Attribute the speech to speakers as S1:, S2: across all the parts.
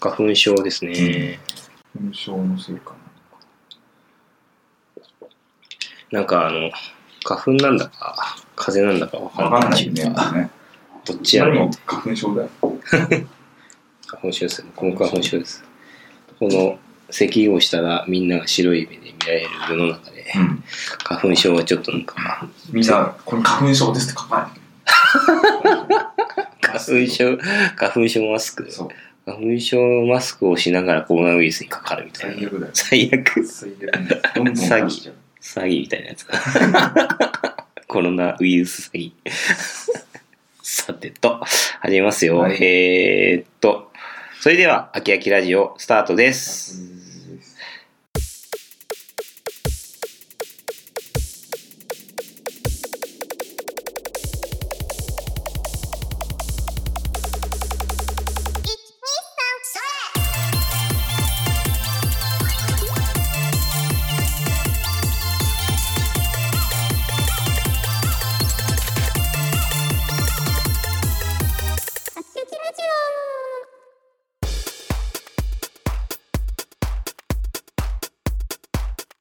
S1: 花粉症ですね。
S2: 炎症のせいか
S1: なんかあの、花粉なんだか、風邪なんだかわ
S2: な。
S1: か
S2: わ
S1: ん
S2: か
S1: な
S2: んない
S1: っ
S2: いよ
S1: てい
S2: ね。
S1: うか、
S2: ね
S1: どっちやねん
S2: も。花粉症だよ。
S1: 花粉症です。僕も花粉症です。この、咳をしたらみんなが白い目で見られる世の中で、
S2: うん。
S1: 花粉症はちょっとなんか、
S2: みんな、これ花粉症ですって書かない。
S1: 花粉。症、花粉症マスク。
S2: そう。
S1: 花粉症マスクをしながらコロナウイルスにかかるみたい
S2: 最
S1: な。
S2: 悪だよ。
S1: 最悪。
S2: 最悪だよ。どんどん出しちゃう。
S1: 詐欺みたいなやつ。 コロナウイルス詐欺。さてと、始めますよ。
S2: はい
S1: えーっと、それでは、あきあきラジオスタートです。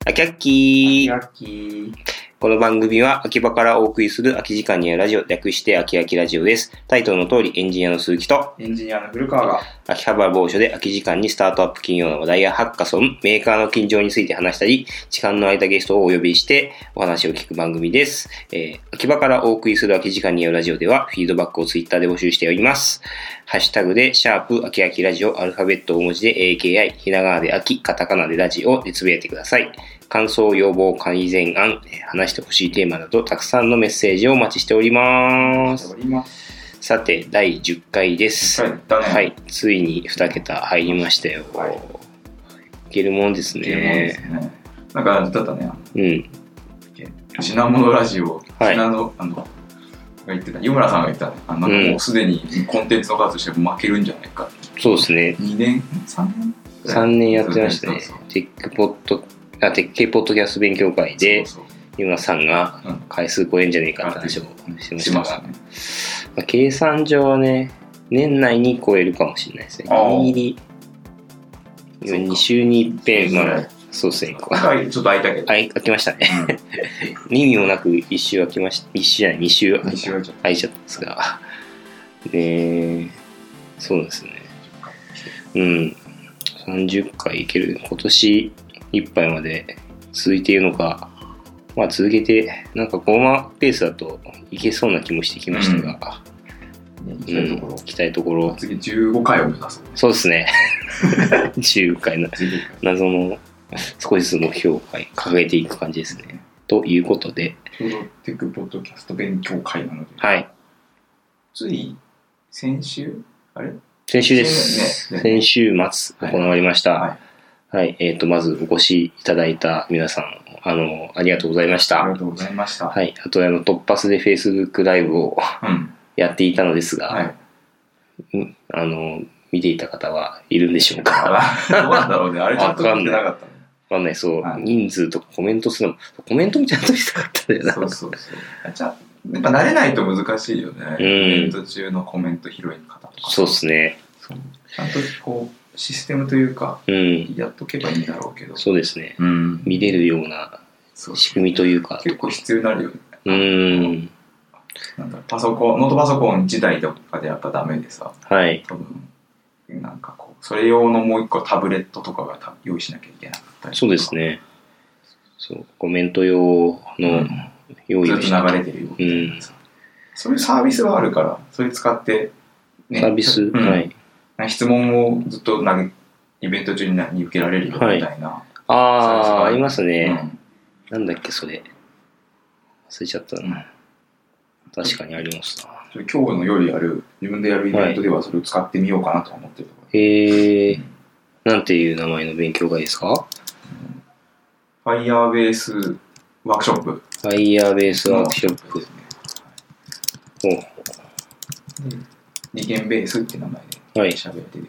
S1: あきあき
S2: ラッキー。
S1: この番組は秋葉からお送りする空き時間にあるラジオ、略してあきあきラジオです。タイトルの通り、エンジニアの鈴木と、
S2: エンジニアの古川が、
S1: 秋葉原某所で空き時間にスタートアップ企業の話題やハッカソン、メーカーの近況について話したり、時間の空いたゲストをお呼びしてお話を聞く番組です。えー、秋葉からお送りする空き時間によるラジオでは、フィードバックをツイッターで募集しております。ハッシュタグで、シャープ、秋秋ラジオ、アルファベット大文字で AKI、ひながなで秋、カタカナでラジオでつぶやいてください。感想、要望、改善案、えー話してほしいテーマなど、たくさんのメッセージをお待ちしておりま
S2: して
S1: す
S2: お。ります。
S1: さて、第10回です。
S2: はい、だね。
S1: はい、ついに2桁入りましたよ。
S2: はい
S1: い、けるもんです
S2: っていうもんです
S1: ね。
S2: ね。なんか、だったね、あの
S1: うん。
S2: シナモノラジオ、
S1: はい
S2: シナの、あの、が言ってた、湯村さんが言ってた、あの、
S1: うん
S2: もうすでにコンテンツの数として負けるんじゃないか。
S1: そうですね。
S2: 2年 ?3 年
S1: 3年やってましたね
S2: そうそう。
S1: テックポッド、あ、テック系ポッドキャスト勉強会で、
S2: そうそう
S1: 今さんが
S2: うん
S1: 回数超えんじゃねえかって話をしてまし
S2: したま
S1: が、
S2: したね。
S1: まあ計算上はね、年内に超えるかもしれないですね
S2: あ。ー
S1: ギリギ
S2: そう
S1: リ。
S2: か
S1: 2週に一遍、ま
S2: は
S1: あ
S2: い、
S1: そうですね。
S2: 今回ちょっと空いたけど、
S1: あい、開きましたね。
S2: う
S1: 意味もなく1週開きました。1週じゃない、2週
S2: ん、西はちょっ
S1: 開いちゃったんですが。ねえそうですね。うん。30回いける。今年いっぱいまで続いているのか。まあ続けて、なんかゴーマペースだといけそうな気もしてきましたが、
S2: とね、行
S1: う
S2: き
S1: ん、
S2: たい
S1: 行
S2: ところ。
S1: きたいところ。
S2: 次15回を目指そう。
S1: そうですね。10回の
S2: 15回。
S1: 謎の少しずつ目標をはい掲げていく感じですね。ということで、
S2: ちょうどテックポッドキャスト勉強会なので、
S1: はい。
S2: つい先週、あれ
S1: 先週です。
S2: ね
S1: 先
S2: ね
S1: 週末行われました。
S2: はい
S1: はい、えっ、と、まずお越しいただいた皆さん、あの、ありがとうございまし
S2: あり
S1: た
S2: が。とうございました。
S1: はい、あと、あの、突発で Facebook ライブを
S2: うん。
S1: やっていたのですが、
S2: はい。
S1: うんあの、見ていた方はいるんでしょうか。わ
S2: あらどうなんだろうね。あ れちゃんと見てなかったね。
S1: かんない、そう、
S2: はい
S1: 人数とかコメントするのも、コメントもちゃんとしたかったんだよ
S2: そう
S1: な。
S2: そうそう。あじゃあやっぱ慣れないと難しいよね。イベント中のコメント拾い方とか。
S1: そうですね。
S2: そうちゃんとこう、システムというか、
S1: うん、
S2: やっとけばいいんだろうけど。
S1: そうですね。
S2: うん。
S1: 見れるような
S2: そう
S1: 仕組みというか、
S2: 結構必要になるよね。
S1: うん、
S2: なんだろうパソコン、ノートパソコン自体とかでやったらダメでさ、
S1: はい。
S2: 多分、なんかこう、それ用のもう一個タブレットとかがた用意しなきゃいけなかったりとか
S1: そうです。ね。そう、コメント用
S2: う
S1: の
S2: ん
S1: 用意
S2: ずっ
S1: を
S2: と
S1: しなきゃ
S2: 流れてるよみたいなさ、そういうサービスがあるからそれ使って、ね
S1: サービス、
S2: うん
S1: はい。
S2: 質問をずっと投げイベント中に何受けられるよみたいな、
S1: あ
S2: サービス
S1: あ、
S2: が
S1: ありますね。
S2: うん
S1: なんだっけ、それ。忘れちゃった
S2: うん
S1: な。確かにありますな。
S2: それ今日の夜やる自分でやるイベントではそれを使ってみようかなと思ってるとこ
S1: へえー、なんていう名前の勉強会ですか
S2: ろ、ファイヤーベースワークショップ
S1: ?Firebase ワークショップ。
S2: 利権ベースって名前
S1: おはい
S2: で。喋ってる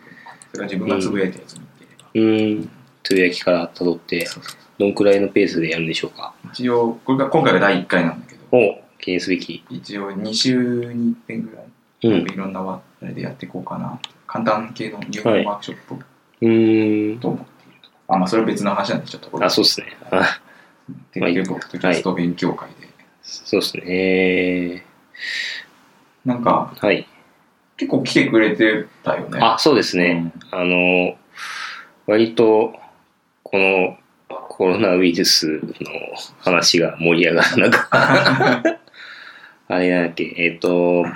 S2: それが自分がつぶやいたやつ見てれば、
S1: うーん。つぶやきから辿って、
S2: そうそう
S1: どんくらいのペースでやるんでしょうか
S2: 一応これが今回が第1回なんだけど
S1: を記念すべき。
S2: 一応2週に1遍ぐらい
S1: うん。
S2: いろんな話題でやっていこうかなって簡単系の入門ワークショップ
S1: うーん。
S2: と思っていると。あ、まあそれは別の話なんで、ちょっとこれ
S1: あ、そうっすね。あ
S2: 結局、ポッドキャスト勉強会で。
S1: そうっすね。
S2: なんか、
S1: はい。
S2: 結構来てくれてたよね。
S1: あ、そうです
S2: うん、
S1: ね。あの、割と、このコロナウイルスの話が盛り上がらなか った。あれなんだっけ、えっ、と、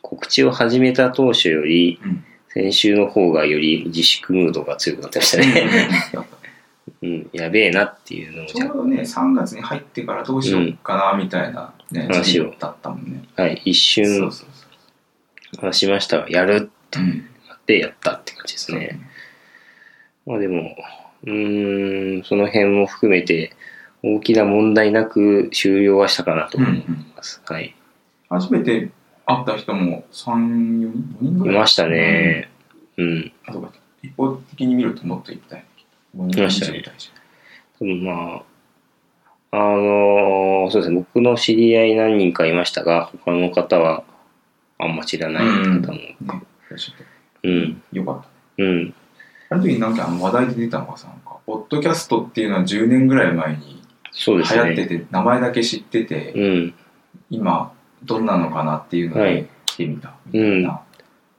S1: 告知を始めた当初より、
S2: うん
S1: 先週の方がより自粛ムードが強くなってましたね。 うん、やべえなっていうのを
S2: ち
S1: ちゃ、
S2: ょうんどね、3月に入ってからどうしようかな、みたいな、ね、
S1: うん
S2: 時期だったもんね。
S1: はい、一
S2: そ
S1: 瞬
S2: うそうそ
S1: 話しましたが、やる
S2: う。うん。
S1: ってやったって感じですね。まあでも、うーん、その辺も含めて、大きな問題なく終了はしたかなと
S2: うんう
S1: 思い
S2: ん。
S1: ます。はい。
S2: 初めて会った人も3、4人
S1: い
S2: ぐらい
S1: ましたね。うん。
S2: あそうか一方的に見るともっといっぱい。い
S1: ましたね多分まあ、あのーそうですね、僕の知り合い何人かいましたが、他の方はあんま知らない方も。
S2: ね、
S1: う
S2: うん
S1: ん。、
S2: よかった。
S1: うん。
S2: あの時になんかあの話題で出たのがさ、なんか、ポッドキャストっていうのは10年ぐらい前に
S1: そう
S2: 流
S1: です
S2: 行って
S1: ね。
S2: て、名前だけ知ってて、
S1: うん。
S2: 今、どんなのかなっていうの
S1: はい
S2: で来てみたみたいな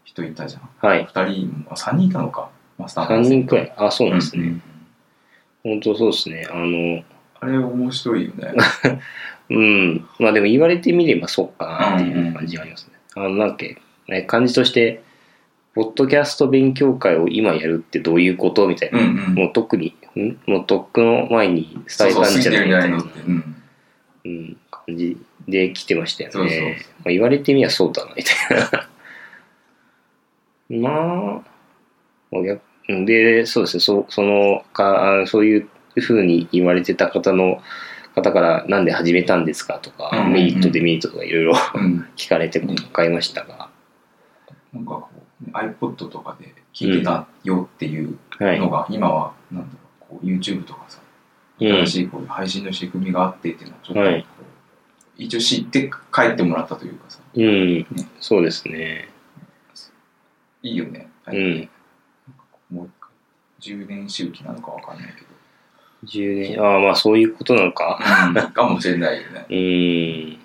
S2: 人いたじゃん。
S1: はい。
S2: 二人、あ3人いたのか、マスター
S1: 3人くらい。あ、そうなんです
S2: う
S1: ね。
S2: ん
S1: 本当そうですね。あの、
S2: あれ面白いよ ね。
S1: うん。まあでも言われてみればそうかなっていう感じがありますね。あの、なんか、え漢字として、ポッドキャスト勉強会を今やるってどういうことみたいな。
S2: ん
S1: もう特に、んもうとっくの前に伝えたんじゃないみたいな
S2: そうそう過ぎてるんじゃないのって。うん
S1: うん、感じで来てましたよね。
S2: そうそうそう
S1: まあ、言われてみりゃそうだな、み たいな。まあ、まあ逆で、そうですね、そそのかあそういうふうに言われてた方の方から、なんで始めたんですかとか、
S2: うんうんうん
S1: メリット、デメリットとかいろいろ
S2: うん
S1: 聞かれて今回ましたが、
S2: なんかこう、iPod とかで聞いてたよっていう
S1: はい。
S2: のが、今は、なんだろう、こう YouTube とかさ、
S1: うん
S2: 新しいこういう配信の仕組みがあってっていうのは、ちょっとこう、
S1: はい
S2: 一応知って帰ってもらったというかさ、
S1: うん、そうですね。
S2: いいよね。
S1: うん
S2: なんかこうもう一回、10年周期なのかわかんないけど、
S1: 10年、ああ、まあそういうことなのか。
S2: かもしれないよね。
S1: うーん。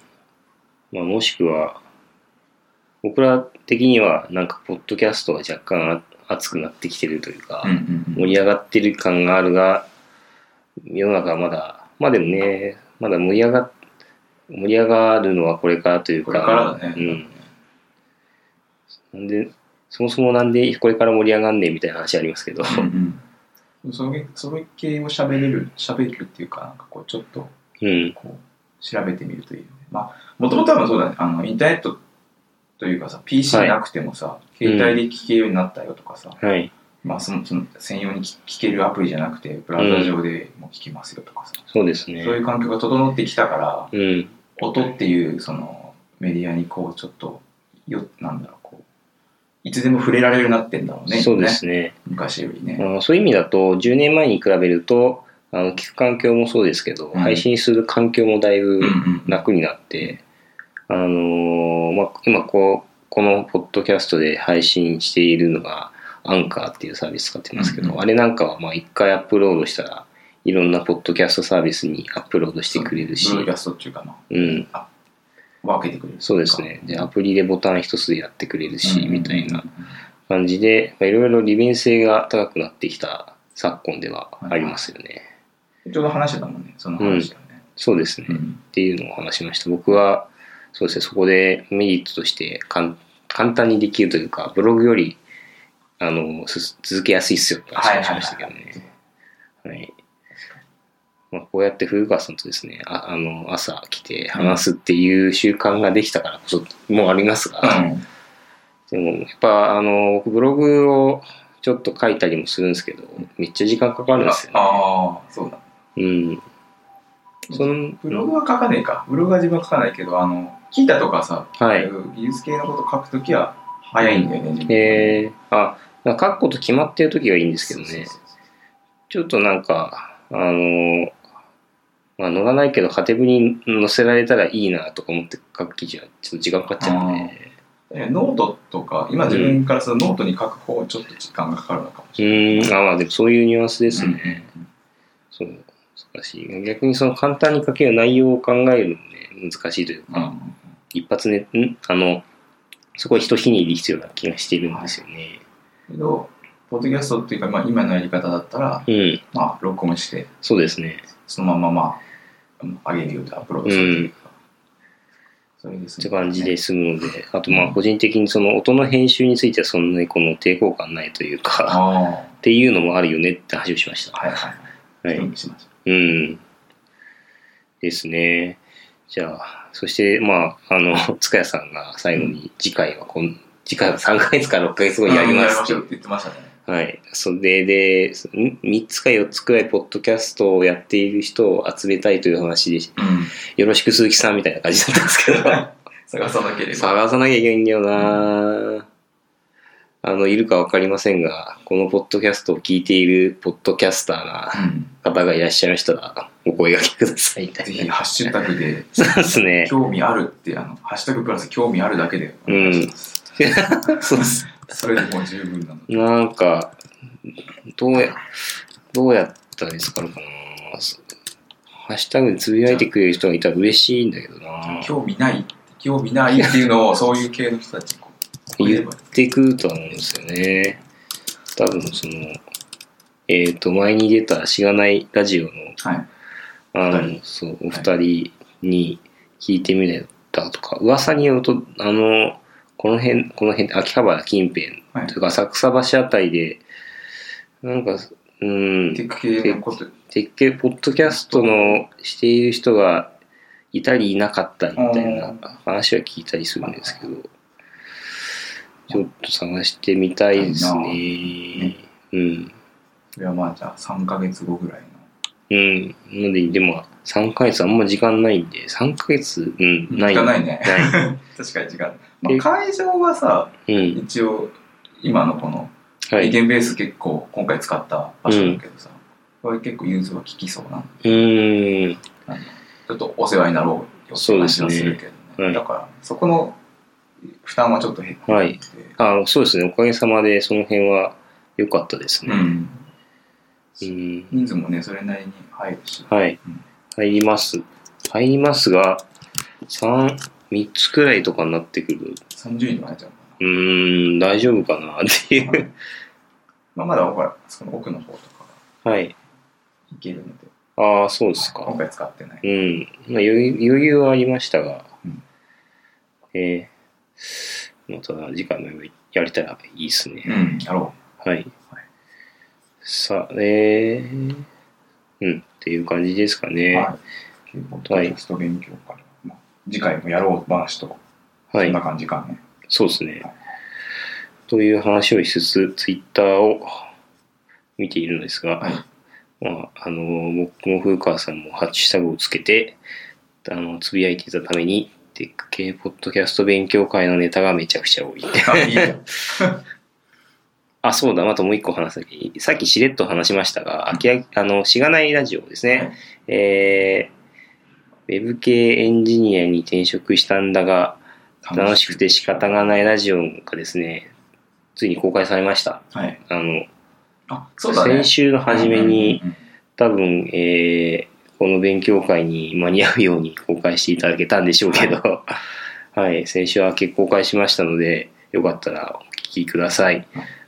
S1: まあ、もしくは、僕ら的には、なんか、ポッドキャストが若干あ熱くなってきてるというか、
S2: うんうんう
S1: 盛
S2: ん
S1: り上がってる感があるが、世の中はまだ、まあでもね、まだ盛り上が、盛り上がるのはこれからというか、
S2: これからだ
S1: う
S2: ね。
S1: ん。なんで、そもそもなんでこれから盛り上がんねえみたいな話ありますけど、
S2: うんうんそれそれ系を喋れる、喋るっていうか、なんかこう、ちょっと、
S1: うん。
S2: こう調べてみるといいよね。まあ、もともとはそうだね、あのインターネットというかさ、PC
S1: はい
S2: なくてもさ、携帯で聞けるようになったよとかさ、
S1: はい。
S2: まあそのその専用に聞聞けるアプリじゃなくて、ブラウザ上でも聞きますよとかさ、
S1: そうですね
S2: そう。いう環境が整ってきたから、
S1: うん。
S2: 音っていうそのメディアにこう、ちょっとよ、なんだろう、こう、いつでも触れられるようになってんだろうね、
S1: そうですね。
S2: 今ね昔より
S1: あ
S2: ね。
S1: のそういう意味だと10年前に比べるとあの聞く環境もそうですけど、
S2: うん
S1: 配信する環境もだいぶ
S2: うんうん
S1: 楽になって、あのーまあ、今こうこのポッドキャストで配信しているのがアンカーっていうサービス使ってますけど、
S2: うんうん
S1: あれなんかはまあ1回アップロードしたらいろんなポッドキャストサービスにアップロードしてくれるし
S2: ブロードキャストっていうかな、
S1: うん、
S2: 分けてくれる。
S1: そうですねでア
S2: ア
S1: プリでボタン一つでやってくれるし、みたいな。
S2: うんうんうん
S1: 感じで、まあいろいろ利便性が高くなってきた昨今ではありますよね。
S2: ちょうど話してたもんね、その話だよね。
S1: そうですね。
S2: う
S1: っ
S2: ん
S1: ていうのを話しました。僕は、そうですね、そこでメリットとしてかん簡単にできるというか、ブログより、あの、す続けやすいっすよって話をしましたけどね。はい。まあ、こうやって古川さんとですね、ああの、朝来て話すっていう習慣ができたからこそ、もうありますが、でもやっぱあの僕ブログをちょっと書いたりもするんですけどめっちゃ時間かかるんですよ、ね、
S2: ああ、そうだ。
S1: うんその
S2: ブログは書かねえか。ブログは自分は書かないけど、あの、聞いたとかさ、
S1: はい
S2: 技術系のこと書くときは早いんだよね、自分
S1: えー、あだから書くこと決まってる時はいいんですけどね
S2: そうそう
S1: ちょっとなんかあのまあ乗らないけどハテブに載せられたらいいなとか思って書く記事はちょっと時間かかっちゃうんで
S2: えーノートとか、今自分からそのノートに書く方はちょっと時間がかかるのかもし
S1: う
S2: れない。
S1: ーん、あまあでもそういうニュアンスですね。
S2: ね。
S1: そう、難しい。逆にその簡単に書ける内容を考えるのね、難しいという
S2: う
S1: か、
S2: ん
S1: 一発ね、んあの、すごい人ひねり必要な気がしているんですよね。
S2: けど、ポッドキャストっていうか、まあ、今のやり方だったら、
S1: うん、
S2: まあ、録音して、
S1: そうですね。
S2: そのまま、まあ、上げるようでアップロードするというか、それです
S1: って感じで。済むので、あとまあ個人的にその音の編集についてはそんなにこの抵抗感ないというか、
S2: ああ、
S1: っていうのもあるよねって話をしました。
S2: はいは
S1: はい。
S2: い。準備しまし
S1: うん。ですね。じゃあ、そして、まあ、あの、塚谷さんが最後に、次回はこん、次回は3ヶ月から6ヶ月
S2: た。
S1: 後にやりま
S2: うんや
S1: す
S2: しょうって言ってましたね。
S1: はい。それで、そん3つか4つくらい、ポッドキャストをやっている人を集めたいという話で、
S2: うん。
S1: よろしく鈴木さんみたいな感じだったんですけど、
S2: 探さなければ。
S1: 探さなきゃいけないんだよなあの、いるかわかりませんが、このポッドキャストを聞いているポッドキャスターな
S2: うん。
S1: 方がいらっしゃいましたら、お声掛けくださいみた
S2: ぜ
S1: いな
S2: ひ、ハッシュタグで、
S1: そうですね。
S2: 興味あるって、あの、ハッシュタグプラス興味あるだけでお願いします。
S1: そうっす。
S2: それでもう十分なので。
S1: なんか、どうや、どうやったら見つかるかなそハッシュタグでつぶやいてくれる人がいたら嬉しいんだけどな
S2: 興味ない、興味ないっていうのを、そういう系の人たちにこう、
S1: 言ってくるとは思うんですよね。多分その、えっ、と、前に出たしがないラジオの、
S2: はい。
S1: あ
S2: 二
S1: の、そう、お二人に聞いてみたとか、噂によると、あの、この辺、この辺、秋葉原近辺、
S2: はい
S1: というか、浅草橋あたりで、なんか、うん、
S2: テック系のこと、
S1: 鉄拳ポッドキャストのしている人がいたりいなかったりみたいな話は聞いたりするんですけど、ちょっと探してみたいですね。うん。
S2: それはまあじゃあ3ヶ月後ぐらいの。
S1: うん。ので、でも、3ヶ月あんま時間ないんで、3ヶ月、うん、ない。
S2: 時間ないね
S1: な
S2: 確かに違
S1: え
S2: う。まあ、会場はさ、
S1: い。 うん。
S2: 一応、今のこの、
S1: は
S2: 意
S1: い。う
S2: 見ベース結構今回使った場所だけどさ、これ結構融通は効きそうな
S1: ーん。
S2: ちょっとお世話になろうよって話はす
S1: そう
S2: るけどね
S1: ですねはい
S2: だからそこの負担はちょっと減って、
S1: はいあそうですね。おかげさまで、その辺は良かったです
S2: う
S1: ね。
S2: ん、
S1: うん。
S2: 人数もねそれなりに入るし、
S1: はい
S2: うん。
S1: 入ります。入りますが、三三つくらいとかになってくる。
S2: 30人も入っちゃうか
S1: うーん、大丈夫かな ってい
S2: な、は
S1: う。
S2: いまあ、まだほらその奥の方とか
S1: はい。
S2: いけるので
S1: ああ、そうですか
S2: 今。回使ってない
S1: うん。まあ、余裕余裕はありましたが
S2: うん、
S1: えー、また次回もやれたらいいですね。
S2: うんやろ
S1: はい。さあ、えー、うん、っていう感じですか
S2: う、
S1: ね。
S2: はいポッドキャスト勉強会、まあ、次回もやろう話と
S1: は
S2: そ
S1: い
S2: んな。感じかね、
S1: そうですね
S2: はい。
S1: という話をしつつ、ツイッターを見ているのですが、
S2: はい
S1: まあ、あの、僕も風川さんもハッシュタグをつけて、あの、つぶやいていたために、テック系ポッドキャスト勉強会のネタがめちゃくちゃ多い。
S2: あいいじゃん
S1: あ、そうだ、またもう一個話す先に。さっきしれっと話しましたが、あきああの、しがないラジオですね。えー、ウェブ系エンジニアに転職したんだが、楽しくて仕方がないラジオがですね、ついに公開されました。
S2: はい
S1: あの、
S2: あそうだね
S1: 先週の初めに、
S2: うんうんうん
S1: 多分、えーこの勉強会に間に合うように公開していただけたんでしょうけど、 はい、先週は結構公開しましたので、よかったらお聞きください。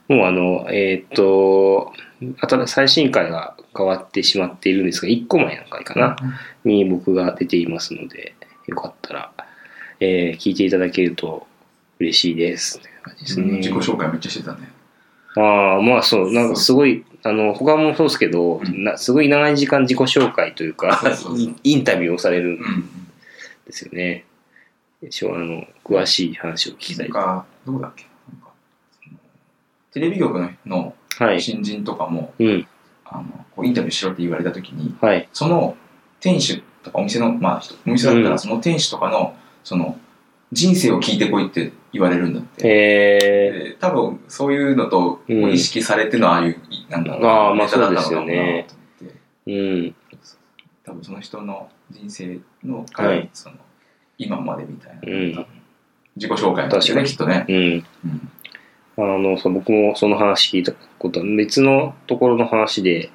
S1: もうあの、えーっと、あと最新回が変わってしまっているんですが、1個前の回かな。に僕が出ていますので、よかったら、えー聞いていただけると嬉しいです。という感じですね。
S2: 自己紹介めっちゃしてたね。
S1: ああ、まあそう、なんかすごい、あの、他もそうですけど、
S2: うん
S1: なすごい長い時間自己紹介というか
S2: そうそうそう
S1: インインタビューをされるん
S2: うん。
S1: ですよね。しょあの、詳しい話を聞きた
S2: ないん。か、どうだっけなんか、そのテレビ局の
S1: はい。
S2: 新人とかも、
S1: うん。
S2: あのこうインタビューしろって言われたときに、
S1: はい。
S2: その店主とかお店の、まあ、お店だった
S1: う
S2: ら
S1: ん
S2: その店主とかの、その、人生を聞いてこいって言われるんだって。
S1: え
S2: で多分そういうのとこ
S1: うん
S2: う意識されてのああいう、なんだろう
S1: あーまあ
S2: ネタだったのか
S1: そ
S2: もな
S1: うですよね
S2: と思って
S1: ー、うん。
S2: 多分その人の人生の、
S1: はい
S2: その今までみたいな、
S1: うん
S2: 多分自己紹介なんですよね、きっとね。
S1: うん。
S2: うん
S1: あの、そう僕もその話聞いたことは、別のところの話で、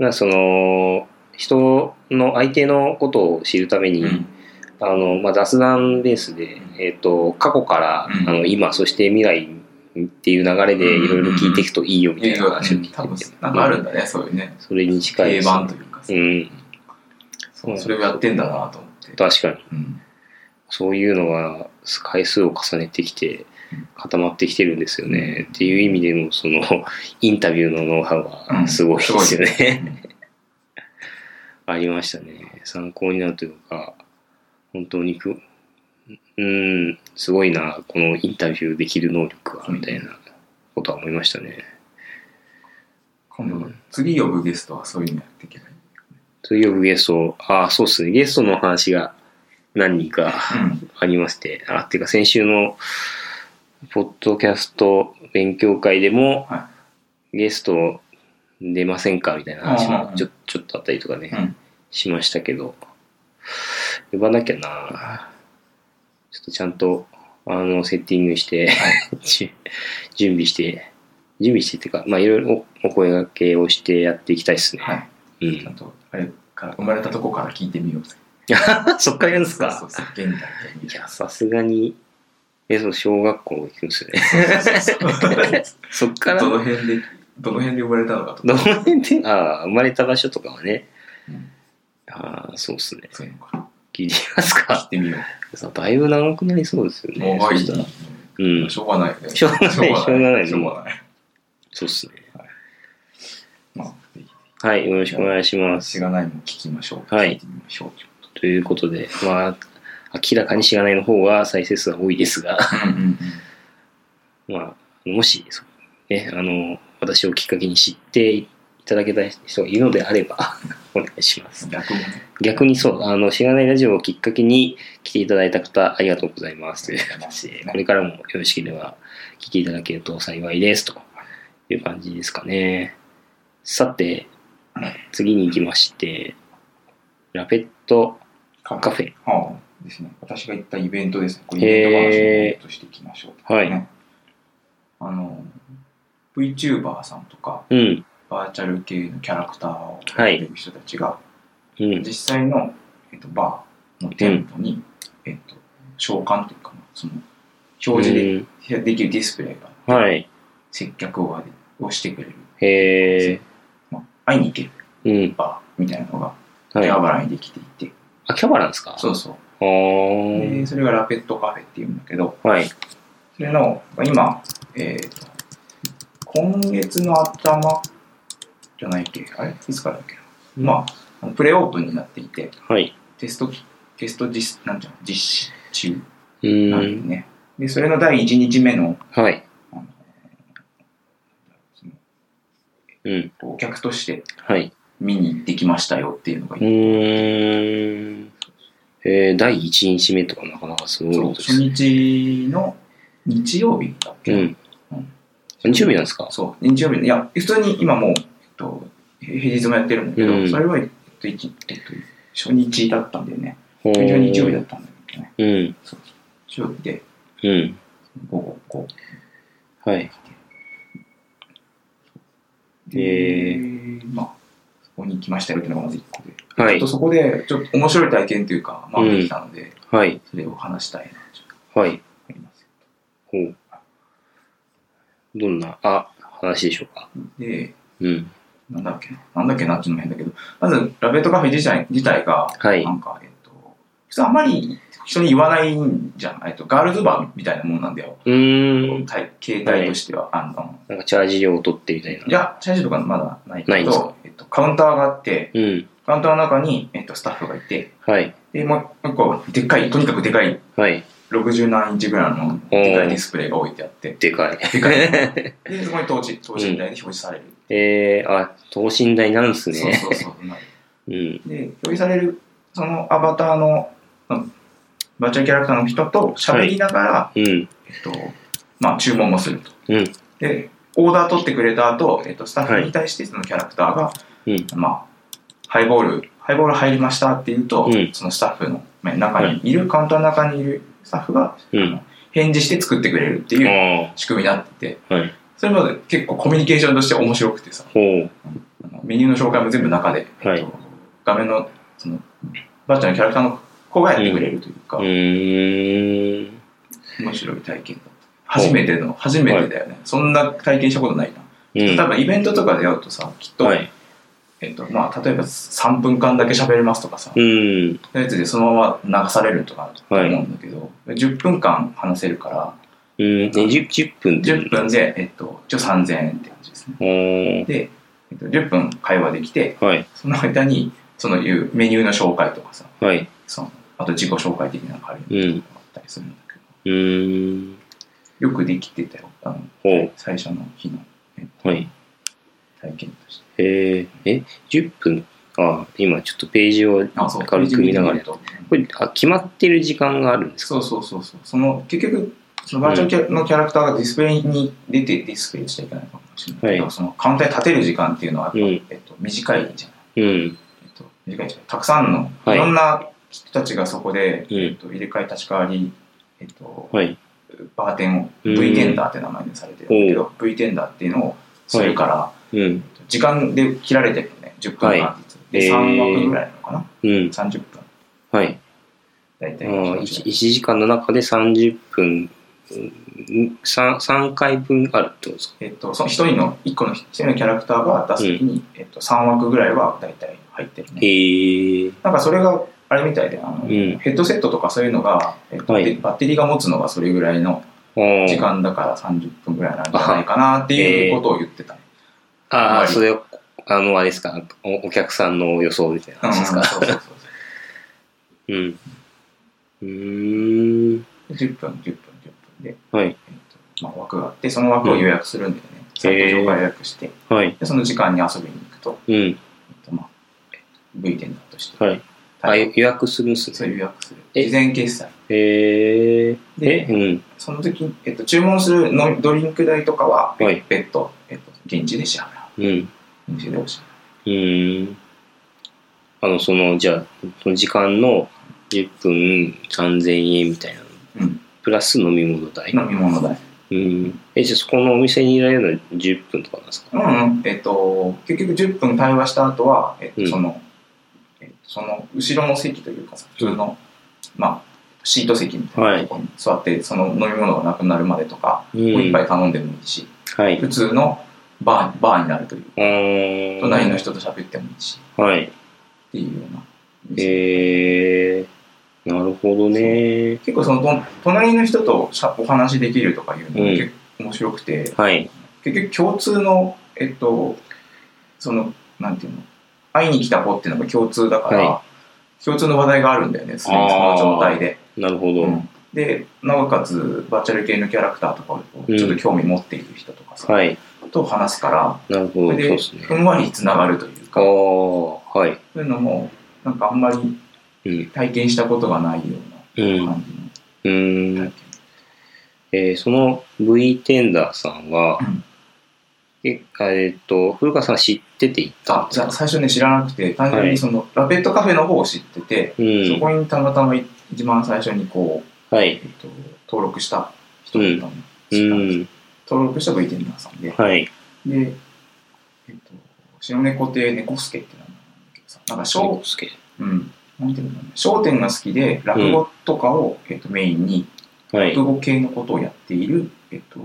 S1: なんかその、人の、相手のことを知るために、
S2: うん
S1: あの、まあ、雑談ベースで、えっ、と、過去から、
S2: うん
S1: あの、今、そして未来っていう流れで
S2: うん
S1: いろいろ聞いていくといいよみ
S2: い
S1: た
S2: や
S1: い
S2: い
S1: な
S2: や
S1: 話を聞いてて、
S2: 多分なんかあるんだね、そういうね。
S1: それに近い
S2: 定
S1: です
S2: 番というかさ、
S1: うん、
S2: そうそれをやってんだなと思って。
S1: 確かに。
S2: うん
S1: そういうのが回数を重ねてきて
S2: うん
S1: 固まってきてるんですよね。っていう意味でのそのインタビューのノウハウ
S2: う
S1: は
S2: ん
S1: すごいですよ
S2: う
S1: ね。
S2: ん
S1: ありましたね。参考になるというか、本当にく、うん、すごいな、このインタビューできる能力は、
S2: うん
S1: みたいなことは思いましたね。
S2: 今度、次呼ぶゲストはそういうのやっていけばいい。
S1: というゲスト、ああ、そうですね。ゲストの話が何人か。
S2: うん
S1: ありまして、あ、っていうか先週の、ポッドキャスト勉強会でも、
S2: は
S1: ゲスト出ませんかみたいな話
S2: うんうん
S1: も
S2: うん
S1: ちょちょっとあったりとかね、
S2: うん
S1: しましたけど、呼ばなきゃなちょっとちゃんと、あの、セッティングして、 じ準備して、準備してっていうか、まあ、いろいろおお声掛けをしてやっていきたいですね。
S2: はい。
S1: うん
S2: ちゃ。んと、あれから、生まれたとこから聞いてみようぜ。
S1: そっからやるんですか
S2: そうそうそう、現代で
S1: いや、さすがに、え、そう、小学校行くんですよね。 そっから、
S2: どの
S1: ど
S2: 辺で、どの辺で生まれたのかとか、
S1: の辺で、ああ、生まれた場所とかはね、
S2: うん
S1: ああ、そうっすね。
S2: そういうのから
S1: 聞いてみます
S2: 聞い
S1: か。
S2: てみよ
S1: さだいぶ長くなりそうですよ
S2: う。
S1: ね。
S2: もう
S1: そ
S2: い
S1: したらう
S2: い。
S1: ん。
S2: しょうがないよね。
S1: しょうがないしょうがない
S2: しょうがない。
S1: そうっすね。
S2: まあ、ぜひ
S1: はい、よろしくお願いしま
S2: し
S1: す。
S2: がないも聞きましょう。
S1: はい
S2: 聞いてみましょう。
S1: ということで、まあ、明らかにしがないの方は再生数は多いですが、
S2: うんうんうん
S1: まあ、もし、そうね、あの、私をきっかけに知っていただけた人がいるのであれば、 お願いします。
S2: 逆もね。
S1: 逆にそう、あの、しがないラジオをきっかけに来ていただいた方、ありがとうございますという形で、 これからもよろしければ聞いていただけると幸いですという感じですかね。さて、次に行きまして、ラペット
S2: カ
S1: カフェ。
S2: はあ、ですね。私が行ったイベントですね。これイベント話をもっとしていきましょう、
S1: へーはい
S2: ねあの、VTuber さんとか、
S1: うん、
S2: バーチャル系のキャラクターを
S1: は
S2: や
S1: い
S2: ってる人たちが、
S1: うん、
S2: 実際の、えっと、バーの店舗に、えっと、召喚というか、その、表示
S1: うん
S2: でできるディスプレイが、
S1: はい、
S2: 接客ををしてくれる、
S1: へえ、
S2: まあ、会いに行ける
S1: うん、
S2: バーみたいなのが、
S1: はい。
S2: 秋葉
S1: あ、
S2: 原にできていて、
S1: キャバなんですか
S2: そうそう。
S1: あー
S2: で、それがラペットカフェっていうんだけど、
S1: はい、
S2: それの、今、えーと、今月の頭じゃないっけあれいつからだっけなまあ、プレオープンになっていて、
S1: はい。
S2: テスト、テスト実、なんていうの、実施中
S1: う
S2: なんで
S1: ん、
S2: ね。で、それの第1日目の、
S1: はい、
S2: あのその
S1: うん、
S2: お客として
S1: はい。
S2: 見に行ってきましたよっていうのが
S1: う、ーん。えー、第1日目とかなかなかすごい
S2: そ
S1: うで
S2: 初
S1: すね。
S2: 日の日曜日だっけ
S1: う
S2: な、
S1: ん
S2: うん。
S1: 日曜日なんですか
S2: そう、日曜日の、いや、普通に今もう、えっと、平日もやってるんだけど、
S1: うん
S2: それは、えっと、一えっと、初日だったんだよね。
S1: ほー
S2: 初日は日曜日だったんだけどね。
S1: うん、
S2: そう。日曜日で、
S1: うん。
S2: 午後、こ
S1: はい。
S2: う。で、
S1: え
S2: まあ、そこに行きましたよっていうのがまず一個で。
S1: は
S2: ちょっ
S1: い
S2: と、そこで、ちょっと面白い体験というか、まあ、
S1: うん
S2: できたので、
S1: はい、
S2: それを話したいな、ちょっと
S1: はい。
S2: 思います。
S1: ほう。どんな、あ、話でしょうか。
S2: で、
S1: うん。
S2: なんだっけな、なんだっけなっていうのも変だけど、まず、ラベットカフェ自体自体が、
S1: はい
S2: な。んか、えっと、普通あんまり人に言わないんじゃん。えっと、ガールズバーみたいなもんなんだよ。
S1: うーん。
S2: 体形態としては。あの、
S1: なんかチャージ料を取ってみたいな。
S2: いや、チャージとかまだない
S1: ない
S2: け
S1: んですか
S2: ど、えっと、カウンターがあって、
S1: うん。
S2: カウンターの中に、えっと、スタッフがいて、
S1: はい。
S2: で、もう一個、でっかい、とにかくでかい、
S1: はい。
S2: 60何インチぐらいのでかいディスプレイが置いてあって、
S1: でかい。
S2: で かい。で、そこに当時、当時みたいに表示される。
S1: えー、あ、等身大なんです
S2: そう
S1: ね。
S2: そうそう。なる
S1: うん。
S2: で、表示される、そのアバターの、うんバーチャルキャラクターの人と喋りながら、
S1: うん。
S2: えっと、まあ、注文もすると。
S1: うん。
S2: で、オーダー取ってくれた後、えっと、スタッフに対してそのキャラクターが、
S1: うん。
S2: まあ、ハイボール、ハイボール入りましたって言うと、
S1: うん
S2: そのスタッフのまあ中にいる、カウンターの中にいるスタッフが、
S1: う
S2: あ
S1: ん。
S2: の返事して作ってくれるっていう
S1: あ
S2: 仕組みになってて、
S1: あ、はい。
S2: それも結構コミュニケーションとして面白くてさ、
S1: ほ
S2: あのメニューの紹介も全部中で、
S1: はい
S2: えっと画面のそのバッチャのキャラクターの子がやってくれるというか、
S1: う。うーん。
S2: 面白い体験だった初めての初めてだよね、そんな体験したことないな、
S1: うん。
S2: 多分イベントとかでやるとさきっと,、
S1: はい。
S2: えっとまあ、例えば3分間だけ喋れますとかさ、
S1: うん。
S2: そういうやつでそのまま流されるとかだと思うんだけど、10分間話せるから
S1: うん。ね、10, 10分って
S2: 10分で、えっと、一応3000円って感じですね
S1: 分。
S2: で、えっと、10分会話できて
S1: おーはい。
S2: その間にそのいうメニューの紹介とかさ
S1: はい。
S2: そのあと自己紹介的なのがある
S1: うん。
S2: あったりするんだけ
S1: うーん。
S2: どよくできてたよあの
S1: ほう。
S2: 最初の日の、えっと
S1: はい。
S2: 体験として
S1: えー、え、10分あ、今ちょっとページを
S2: あそう
S1: 軽く見ながらやっ
S2: と
S1: これあ、決まってる時間があるんですか
S2: そうそうそうそうその結局そのバーチャルキャラのキャラクターがディスプレイに出てディスプレイしちゃいけないかもしれないけど、
S1: はい
S2: そのカウンターに立てる時間っていうのはやっぱ、
S1: うん
S2: えっと、短いじゃない、
S1: うん。
S2: えっと、短いじゃないたくさんの
S1: はい
S2: いろんな人たちがそこで、
S1: うん
S2: えっと、入れ替え立ち替わり、えっと
S1: はい。
S2: バーテンを
S1: うん
S2: V テンダーって名前でされてるんだけど V テンダーっていうのをするから、
S1: うん。
S2: 時間で切られてるよね10分間ずつ、
S1: え
S2: で
S1: ー
S2: 3枠ぐらいなのかな、
S1: うん。
S2: 30分
S1: はい。
S2: 大
S1: あ
S2: 体
S1: ー1, 時間の中で30分、うん3、三回分あるってことですか
S2: えっと、その一人の一個の一人のキャラクターが出すときに、えっと、3枠ぐらいは大体入ってる
S1: え
S2: ね。
S1: ー、
S2: なんかそれがあれみたいであの、
S1: うん
S2: ヘッドセットとかそういうのが、えっと
S1: はい
S2: でバッテリーが持つのがそれぐらいの
S1: あー
S2: 時間だから30分ぐらいなんじゃないかなっていうことを言ってた。
S1: あ
S2: は
S1: あ、
S2: い
S1: それを、あの、あれですかお、お客さんの予想みたいな
S2: うん
S1: 話ですか。
S2: そうそうそう
S1: うん。うーん。
S2: 10分、10分、10分で、えっ
S1: はい。
S2: とまあ、枠があって、その枠を予約するんだよね。サイト上から予約して、
S1: はい。
S2: でその時間に遊びに行くと、
S1: うん。
S2: えっとまあ、V テンダーとして、
S1: はい。あ、予約するんですね。
S2: そう予約する。
S1: え
S2: 事前決済。
S1: へえー。え
S2: で、
S1: うん。
S2: その時、えっと、注文するのドリンク代とかは、
S1: はい
S2: 別途、えっと、現地で支払う。
S1: うん。
S2: お店でお支
S1: うーん。あの、その、じゃあ、その時間の10分3000円みたいなの。
S2: 払い。うん。
S1: プラス飲み物代。
S2: 飲み物代。
S1: うん。え、じゃあそこのお店にいられるのは10分とかなんですか
S2: うん、うん。えっと、結局10分対話した後は、えっ
S1: うん
S2: と、その、えっと、その、後ろの席というかさ、普通の、まあ、シート席みたいなところに座って、その飲み物がなくなるまでとか、
S1: う
S2: もう一
S1: ん。
S2: 杯頼んでもいいし、
S1: はい。
S2: 普通のバー、バーになるという、
S1: あー
S2: 隣の人と喋ってもいいし、
S1: はい。
S2: っていうような。
S1: えー、なるほどね。
S2: 結構そのと隣の人としゃお話できるとかいうのが結構面白くて、
S1: はい。
S2: 結局共通のえっとそのなんていうの会いに来た子っていうのが共通だから、
S1: は
S2: 共通の話題があるんだよね常にその状態で。
S1: なるほど。
S2: うんでなおかつバーチャル系のキャラクターとかをちょっと興味持っている人とかさ、
S1: はい。
S2: と話すから
S1: なるほど。
S2: そ
S1: そ
S2: れ
S1: う
S2: で
S1: ですね。
S2: ふんわりつながるという
S1: あ
S2: か
S1: あ
S2: そ
S1: ー、はい。
S2: ういうのもなんかあんまり
S1: うん。
S2: 体験したことがないよ
S1: う。
S2: うな
S1: う
S2: ん感じの
S1: ん
S2: 体。験。
S1: えーその V テンダーさんは
S2: うん、
S1: え、えーっと、古川さんは知ってて行ったん
S2: あ
S1: です
S2: じゃ
S1: か
S2: あ最初ね知らなくて単純にその、ラペットカフェの方を知ってて、
S1: う
S2: そ
S1: ん。
S2: こにたまたま一番最初にこう、
S1: はい。
S2: えっと登録した人だったの、
S1: う
S2: 知ったんです
S1: ん。
S2: 登録した V テンダーさんで
S1: はい。
S2: で、えっと白猫亭猫助って名前なんだけどさなんか
S1: そう
S2: 商,、
S1: ですけ
S2: うん、なんていうんだろうね商店が好きで落語とかを、えっとメインに
S1: ど。はい
S2: 落。語系のことをやっている、えっと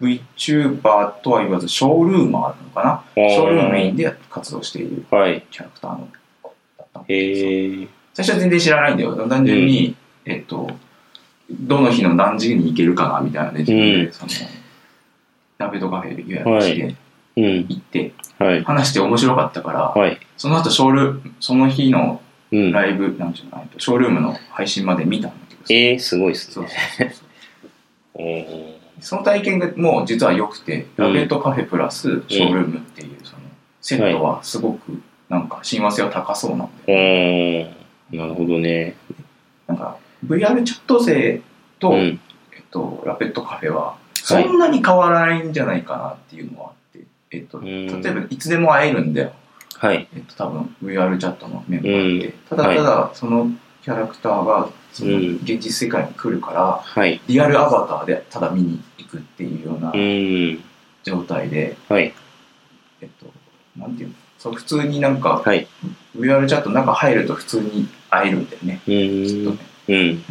S2: VTuber とは言わずショールーマーなのかな
S1: あー
S2: ショールームメインで活動している
S1: はい。
S2: キャラクターの子だったんだ
S1: え
S2: けどさ
S1: ー、
S2: 最初は全然知らないんだよ単純に、えっとどの日の何時に行けるかなみたいなね自分で、
S1: う
S2: そのラベットカフェで予約して
S1: うん。
S2: 行って、
S1: はい。
S2: 話して面白かったから、
S1: はい。
S2: その後ショールその日の
S1: うん。
S2: ライブ、なんていうのえっとショールームの配信まで見たんだけどさ
S1: えー、すごいです
S2: そう
S1: ね。
S2: そうそうそう
S1: おー
S2: その体験がもう実は良くて、
S1: うん
S2: ラベットカフェプラスショールームっていうそのセットはすごくなんか親和性は高そうなんだよ、
S1: おーなるほどね。
S2: なんか VR チャット勢と、
S1: うん。
S2: えっと、ラペットカフェはそんなに変わらないんじゃないかなっていうのはあって、えっと、
S1: うん
S2: 例えばいつでも会えるんだよ、
S1: はい。
S2: えっと、多分 VR チャットのメンバーって、ただ
S1: はい
S2: ただその表キャラクターがその
S1: うん
S2: 現実世界に来るから、
S1: はい。
S2: リアルアバターでただ見に行くっていうような
S1: うん。
S2: 状態で、
S1: はい。
S2: えっと、なんていうのそう普通になんか、
S1: はい。
S2: VR チャットの中入ると普通に会えるんだよね、
S1: う
S2: きっと
S1: ん
S2: ね。。
S1: うん。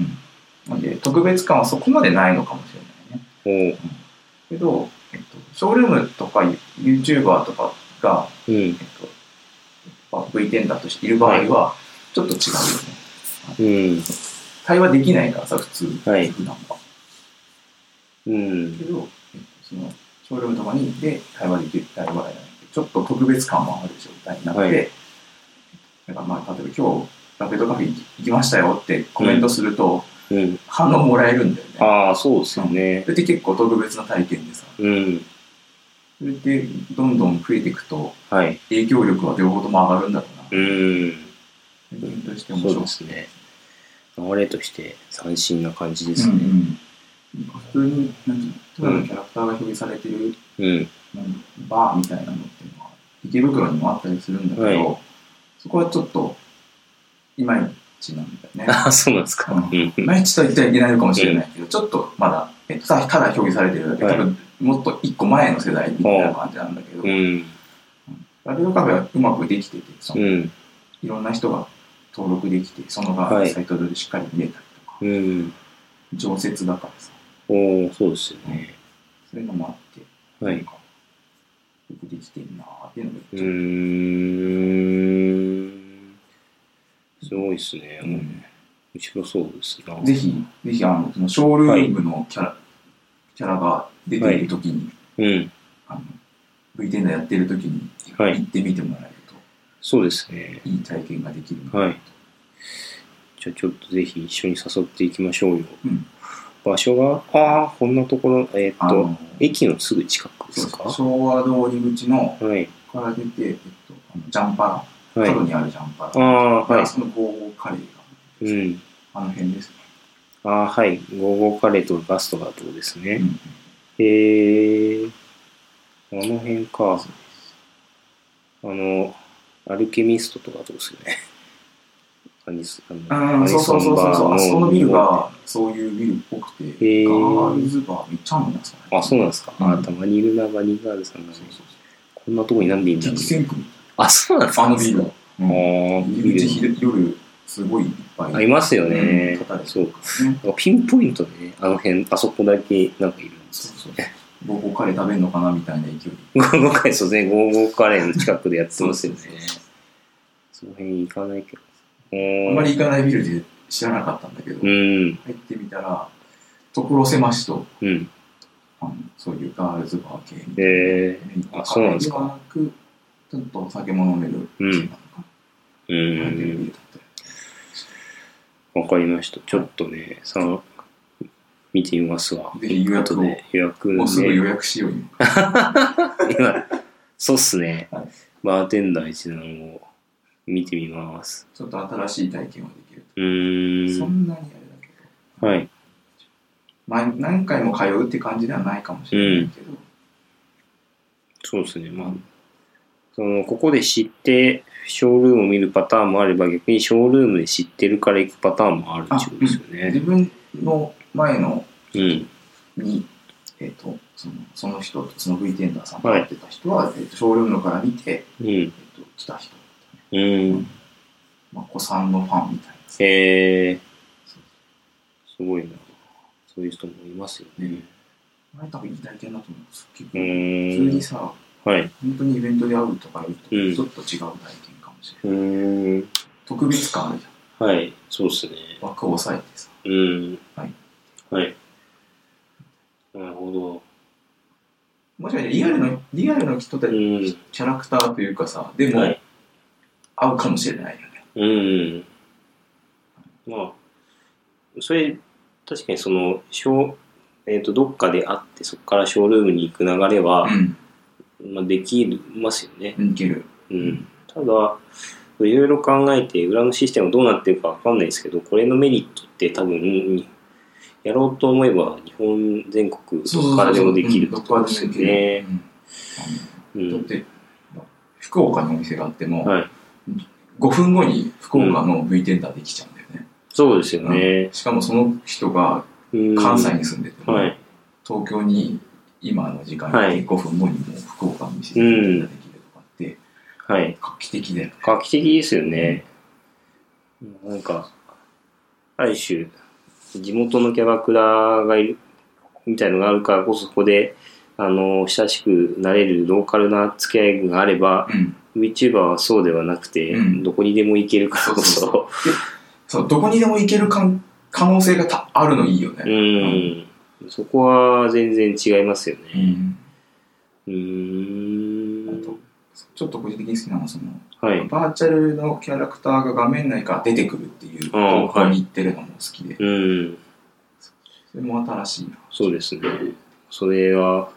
S2: なんで、特別感はそこまでないのかもしれないね。
S1: おう。
S2: けど、えっと、ショールームとか YouTuber とかが、
S1: うん
S2: え。っと、まあ VTender としている場合は、ちょっと違うよね。
S1: うん。
S2: 対話できないからさ、普通、
S1: はい
S2: 普段は。
S1: うん
S2: け。ど、えっとその、ショールームとかに行って対話できる、対話がない。ちょっと特別感もある状態になって、
S1: はい
S2: だからまあ、例えば今日、ラペットカフェ行きましたよってコメントすると、
S1: うん。
S2: 反応もらえるんだよね。
S1: ああ、そうですよね
S2: そ。れって結構特別な体験でさ、
S1: うん。
S2: それってどんどん増えていくと、
S1: はい。
S2: 影響力は両方とも上がるんだろう
S1: う
S2: な。
S1: ん。
S2: うん、として面
S1: そう
S2: 白い
S1: で。すね。流れとして斬新な感じで
S2: う
S1: す
S2: んう
S1: ね。
S2: ん普通に、なんていうの、ただのキャラクターが表現されてる、
S1: うん。
S2: なんバーみたいなのっていうのは、池袋にもあったりするんだけど、
S1: はい
S2: そこはちょっと、いまいちなんだよね。
S1: ああ、そうなんですか。
S2: う
S1: うん。
S2: いまいちと言ってはいけないのかもしれないけど、ちょっとまだ、えっと、ただただ表現されてるだけ、
S1: はい
S2: 多分もっと一個前の世代みたいな感じなんだけど、
S1: うん。
S2: ラベルカフェはうまくできてて、その
S1: うん。
S2: いろんな人が登録できて、その
S1: は
S2: が
S1: い
S2: サイト上でしっかり見れたりとか、
S1: うん。
S2: 常設だからさ、
S1: おおそうですよね。
S2: そういうのもあって、
S1: は
S2: なん
S1: い。
S2: かよくできてるなーっていうのが
S1: う、ーん。すごいですね。
S2: うん
S1: 面白そうですな。
S2: ぜひ、ぜひあの、そのショールームのキャラ、キャラが出ているときに、
S1: うん。
S2: あの V テンダーやってるときに
S1: はい
S2: 行ってみてもらえると、
S1: そうですね。
S2: いい体験ができるな
S1: はい。じゃあちょっとぜひ一緒に誘っていきましょうよ。
S2: うん
S1: 場所が、ああ、こんなところ、えーっ
S2: あ
S1: と、
S2: の
S1: 駅のすぐ近くで
S2: そう
S1: す
S2: そう
S1: か
S2: 昭和通り口の
S1: はい。
S2: から出て、えっと、あのジャンパラ、
S1: はい。
S2: 角にあるジャンパ
S1: あ
S2: ラ、
S1: あ、は
S2: そのゴーゴーカレーが
S1: い。うん。
S2: あの辺ですね。
S1: ああ、はい。ゴーゴーカレーとガストがどうです
S2: う
S1: ね。
S2: ん
S1: へえー。あの辺か。あの、アルケミストとかどうですよね。 アニス、あ
S2: うんそうそうそうそうそう。あそこのビル。が、そういうビルっぽくて、
S1: へー
S2: ガールズバーめっちゃあるんだ、それ。
S1: あ、そうなんですか。
S2: うん
S1: あ、たまにいるな、バニーガールさんがね
S2: そう。そうそ
S1: こんなとこになんでいいんだ
S2: う。
S1: ろう
S2: 激。戦区
S1: あ、そうなんですか。
S2: あのビルは。う
S1: あ
S2: ん
S1: ー
S2: 入り口
S1: ビル。
S2: 昼夜、すごいいっぱい。
S1: ありますよね
S2: うん方。です
S1: そう。
S2: ね。
S1: なんかピンポイントでね、あの辺、あそこだけなんかいるんです
S2: そうそう。ゴーゴーカレー食べるのかなみたいな勢いで。
S1: ゴーゴーカレー、そうですね、ゴーゴーカレーの近くでやってますよね
S2: そう。
S1: その辺行かないけど。
S2: あ
S1: あ
S2: んまり行かないビルで知らなかったんだけど、
S1: う
S2: 入
S1: ん、
S2: ってみたら、所狭しと、
S1: うん。
S2: あのそういうガールズバー系みたいな。
S1: えあそうなんですか
S2: カレーはくちょっとお酒も飲める
S1: うん
S2: 店なのかな
S1: ー、う
S2: 入ってるビ
S1: ん。
S2: ルだったよ
S1: わかりました。ちょっとね、さん、見てみますわ。
S2: ぜひ予約を
S1: ということで予約
S2: もうすぐ
S1: ね。
S2: 予約しようよ。
S1: 今、そうっすね
S2: はい。
S1: バーテンダー一覧を見てみます。
S2: ちょっと新しい体験はできる。
S1: う
S2: そ
S1: ーん。
S2: んなにあれだけど、
S1: はい。
S2: まあ、何回も通うって感じではないかもしれないけど、
S1: そうですね。まあ、そのここで知ってショールームを見るパターンもあれば逆にショールームで知ってるから行くパターンもあるってことですよ
S2: 自
S1: ね。
S2: 分の前の
S1: うん。
S2: に、えっとそのその人とその V テンダーさんと会ってた人は、えっとショールームのから見て、えっ
S1: うん。
S2: と来た人、
S1: うん。
S2: まあ、子さんのファンみたいな。
S1: へえすごいな。そういう人もいますよね。
S2: あれ多分いい体験だと思うんですけ
S1: う
S2: ど、普通
S1: ー
S2: に
S1: ん。
S2: さ、
S1: はい。
S2: 本当にイベントで会うとかいうと、
S1: うん
S2: ちょっと違う体験かもしれない。
S1: うーん。
S2: 特別感あるじゃ
S1: はい。そうですね。
S2: ん。枠を抑えてさ。
S1: うん。
S2: はい。
S1: はい。なるほど。
S2: もしかしてリアルの、リアルの人た
S1: う
S2: ち、
S1: ん。
S2: キャラクターというかさ、でも、
S1: はい。
S2: 合うかもしれないよね。
S1: うん。まあ、それ、確かにその、ショーえっ、と、どっかであって、そこからショールームに行く流れは、まあ、できますよね。
S2: うん、いける。
S1: うん。ただ、いろいろ考えて、裏のシステムどうなってるかわかんないですけど、これのメリットって多分、やろうと思えば、日本全国、どこからでもできる
S2: うん
S1: と
S2: どこか
S1: こ
S2: ら
S1: です
S2: で
S1: よ
S2: もできる
S1: ね。。
S2: う
S1: うん
S2: あのだっ
S1: ん。
S2: て、福岡にお店があっても、
S1: はい。
S2: 5分後に福岡の V テンダーできちゃうんだよね。
S1: そうですよね。
S2: しかもその人が
S1: うん
S2: 関西に住んでて、
S1: はい。
S2: 東京に今の時間
S1: はい
S2: に5分後にもう福岡に店ができるとかって
S1: はい。
S2: 画期的だよね。
S1: 画期的ですよね。なんか、ある種、地元のキャバクラがいる、みたいのがあるからこそ、そこで、あの、親しくなれるローカルな付き合いがあれば、
S2: うん。
S1: VTuber はそうではなくて、
S2: うん
S1: どこにでも行けるからこ
S2: そう
S1: そ、
S2: そう、どこにでも行けるかん可能性がたあるのいいよ
S1: う
S2: ね。
S1: ん。そこは全然違いますよね。
S2: ん。
S1: う
S2: あ
S1: ー
S2: と
S1: ん。、
S2: ちょっと個人的に好きなのは、その、
S1: はい。
S2: バーチャルのキャラクターが画面内から出てくるっていう
S1: ああ
S2: 方向に行ってるのも好きで、
S1: うん。
S2: それも新しいな。
S1: そうですね。それは、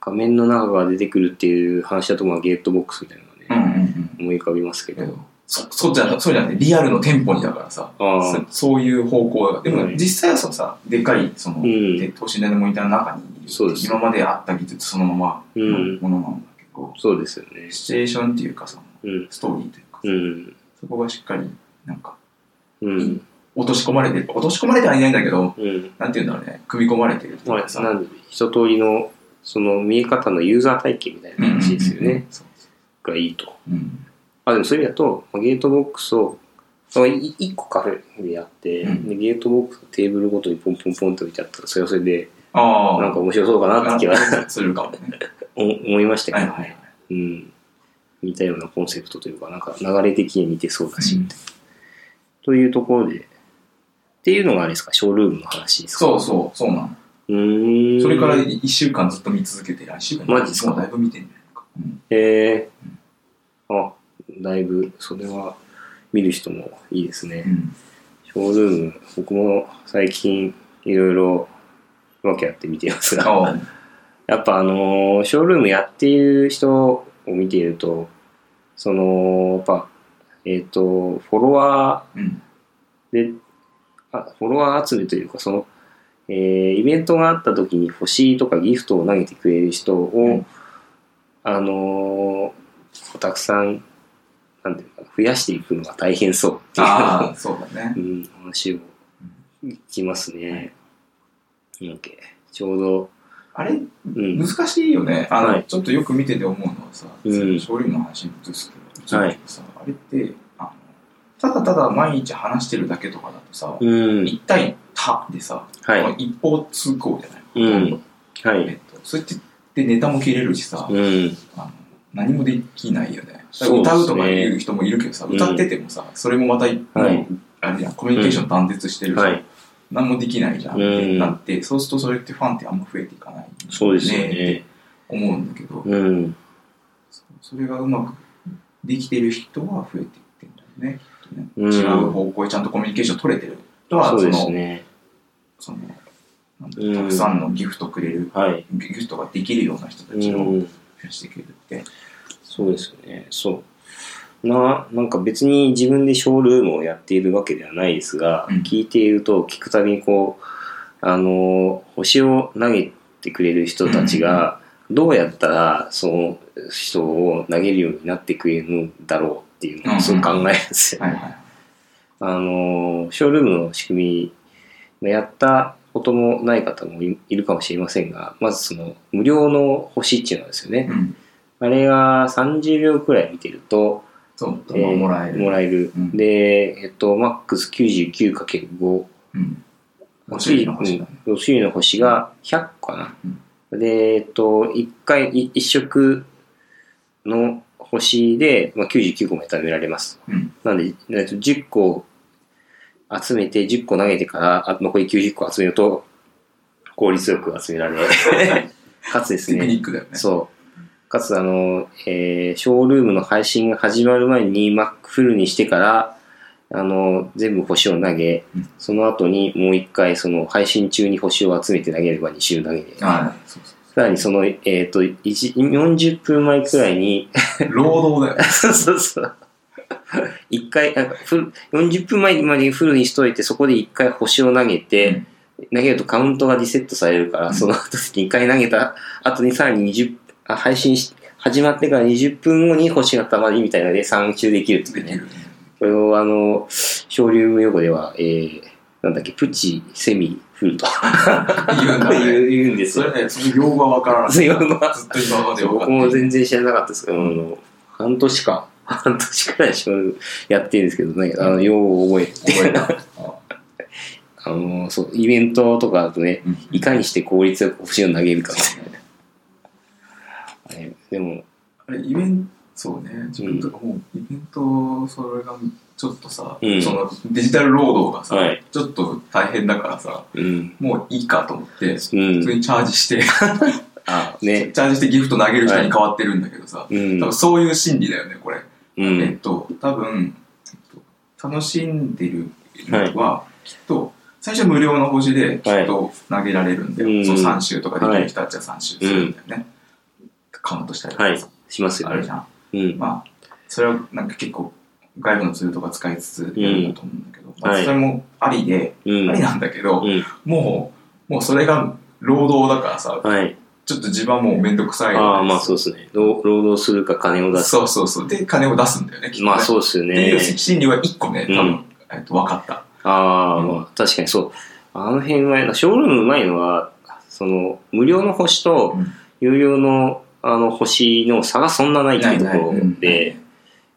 S1: 画面の中が出てくるっていう話だと、まあ、ゲートボックスみたいなのがね、
S2: うんうんうん。
S1: 思い浮かびますけ
S2: け
S1: ど。
S2: ど、そ、そうじゃなそうじゃなくて、リアルの店舗にだからさ、
S1: あ
S2: そ
S1: あ、
S2: そういう方向が。でも、
S1: はい
S2: 実際はそのさ、でかい、その、
S1: ん
S2: で等身大のモニターの中にいる
S1: そうです
S2: 今まであった技術そのまま
S1: うん
S2: のものなんだけど、
S1: そうですよね。
S2: シチュエーションっていうか、その、
S1: うん。
S2: ストーリーというか、
S1: うん。
S2: そこがしっかり、なんか、
S1: うん。
S2: 落とし込まれてる。落とし込まれてはいないんだけど、
S1: うん。
S2: なんていうんだろうね、組み込まれてると
S1: ま
S2: いう
S1: あ
S2: かさ。
S1: なんで、一通りの、その見え方のユーザー体験みたいな話ですよ
S2: うんうんうん
S1: ね。。
S2: そうそ
S1: がいいと。
S2: ううん。
S1: あ、でもそういう意味だと、まあゲートボックスを、そのい一個カフェでやって、
S2: うん
S1: でゲートボックスのテーブルごとにポンポンポンと置いてあったら、それはそれで、
S2: ああ。
S1: なんか面白そうかなって気は
S2: するかもね。
S1: お 思いました
S2: は
S1: け
S2: い
S1: ど
S2: は
S1: ね
S2: い。。
S1: うん。似たようなコンセプトというか、なんか流れ的に似てそうだし、
S2: うん
S1: というところで、っていうのがあれですか、ショールームの話ですか
S2: そうそう、そうなの。
S1: うーん。
S2: それから1週間ずっと見続けて、あ、1週間
S1: マジっすか
S2: もうだいぶ見てんじゃないか。うん
S1: えー、あ、だいぶ、それは見る人もいいですね。ショールーム、僕も最近いろいろわけやってみてます
S2: うん。
S1: が、
S2: ああ
S1: やっぱあのーショールームやっている人を見ていると、その、やっぱ、えっ、と、フォロワ
S2: うん。
S1: ーで、あフォロワー集めというか、その、えーイベントがあった時に欲しいとかギフトを投げてくれる人を、
S2: うん
S1: あのーたくさん、なんていうのかな、増やしていくのが大変そうっていう
S2: ああ、そうだ ね
S1: う。ん、話を聞きますね。なんかちょうど、
S2: あれ、
S1: うん
S2: 難、しいよね。あ
S1: は
S2: の、
S1: い
S2: ちょっとよく見てて思うのはさ、
S1: うん
S2: 勝利の話に移すけど、
S1: はい
S2: 移るけどさ、あれって、あの、ただただ毎日話してるだけとかだとさ、
S1: うん、
S2: 一対他でさ、
S1: はい、
S2: 一方通行じゃない
S1: うん、は
S2: え
S1: い、
S2: っと、それってでネタも切れるしさ、
S1: うん。
S2: あの何もできないよね。だから
S1: そうですね
S2: 歌うとかいう人もいるけどさ、
S1: うん
S2: 歌っててもさ、それもまた、
S1: はい
S2: もうあれじゃん、コミュニケーション断絶してるじゃん。
S1: はい、
S2: 何もできないじゃんっ
S1: う
S2: て
S1: ん
S2: なって、そうするとそれってファンってあんま増えていかない、
S1: そうですよね。
S2: って思うんだけど、
S1: うん、
S2: そそれがうまくできてる人は増えていってんだよね。きっとね
S1: うん
S2: 違う方向へちゃんとコミュニケーション取れてる人は、
S1: そう
S2: そ
S1: です
S2: の、
S1: ね。
S2: そのなんだろう
S1: うん
S2: たくさんのギフトくれる、
S1: はい、
S2: ギフトができるような人たちを
S1: うん、
S2: 増やしていけるって。
S1: そうですよね。そう。な、なんか別に自分でショールームをやっているわけではないですが、
S2: うん
S1: 聞いていると、聞くたびにこう、あの、星を投げてくれる人たちが、どうやったらその人を投げるようになってくれるんだろうっていうのをすごく考えるんですよ。
S2: はいはい。
S1: あの、ショールームの仕組み、やったこともない方もいいるかもしれませんが、まずその無料の星っていうのはですよね。
S2: うん
S1: あれが30秒くらい見てると、
S2: そう、
S1: えー
S2: もらえる。
S1: もらえる。
S2: うん
S1: で、えっと、マックス 99×5。
S2: うん。お尻の星だね
S1: うんお尻の星が100個かな。で、えっと、1回、い一色の星で、まあ、99個も食べられます。
S2: うん。
S1: なんで、えっと10個集めて、10個投げてから、あ残り90個集めると、効率よく集められ、 かつです
S2: テ
S1: ね
S2: ク、ニックだよね。
S1: そう。かつ、あの、えーショールームの配信が始まる前に Mac フルにしてから、あの、全部星を投げ、
S2: うん
S1: その後にもう一回、その、配信中に星を集めて投げれば2周投げて、さ
S2: はい。そうそ
S1: らにその、えっ、と、一40分前くらいに、
S2: う。労働だよ。
S1: そうそうそう。一回、なんかフル、40分前までフルにしといて、そこで一回星を投げて、投げるとカウントがリセットされるから、
S2: うん
S1: その後に1回投げた後にさらに20、あ配信し、始まってから20分後に星がたまりみたいなので3周できるって
S2: で
S1: いう
S2: き
S1: ね。
S2: る。
S1: これをあの、ショーリウム用語では、えー、なんだっけ、プチ、セミ、フルと
S2: 言うんだね
S1: 言う言うんです
S2: そ
S1: よ。
S2: れね、その用語はわからない。ず
S1: すいません
S2: っと今まで分
S1: 僕
S2: かってない
S1: も全然知らなかったですけど、あの半年か、 半年くらいショールやってるんですけどね、あの、よう覚えて、
S2: 覚えた。
S1: あの、そう、イベントとかだとね、
S2: うん
S1: いかにして効率よく星を投げるかみたいな。ね でも、
S2: あれ、イベント、そうね、自分とかもう、イベント、それがちょっとさ、
S1: うん
S2: そのデジタル労働がさ、
S1: はい
S2: ちょっと大変だからさ、
S1: うん。
S2: もういいかと思って、普
S1: う
S2: 通
S1: ん。
S2: にチャージして、
S1: あ、ね。
S2: チャージしてギフト投げる人に変わってるんだけどさ、
S1: うん
S2: 多。分そういう心理だよね、これ。
S1: う
S2: えっ
S1: ん。
S2: と、多分、えっと楽しんでるのは、きっと、最初無料の星できっと投げられるんだよ。
S1: うん
S2: そう3周とかできる人たちは3周するんだよね。カウントしたりと
S1: は
S2: か
S1: い
S2: さ、。
S1: しますよ
S2: ある
S1: ね
S2: じ。ゃん。
S1: うん。
S2: まあ、それはなんか結構外部のツールとか使いつつやるんだと思うんだけど、ま
S1: は
S2: あ、
S1: い
S2: それもありで、
S1: うん。
S2: ありなんだけど、
S1: うん。
S2: もう、もうそれが労働だからさ、
S1: はい。
S2: ちょっと自分はもうめんどくさい
S1: ああ、まあそうですね。労労働するか金を出す。
S2: そうそうそう。で、金を出すんだよね、きっとね
S1: まあそうですよ
S2: って
S1: ね
S2: いう。心理は1個ね、多分、
S1: うん
S2: えっと、分かった。
S1: ああ、
S2: うん
S1: まあ確かにそう。あの辺は、ショールームうまいのは、その、無料の星と
S2: うん
S1: 有料のあの星の差がそんなないっていうところで、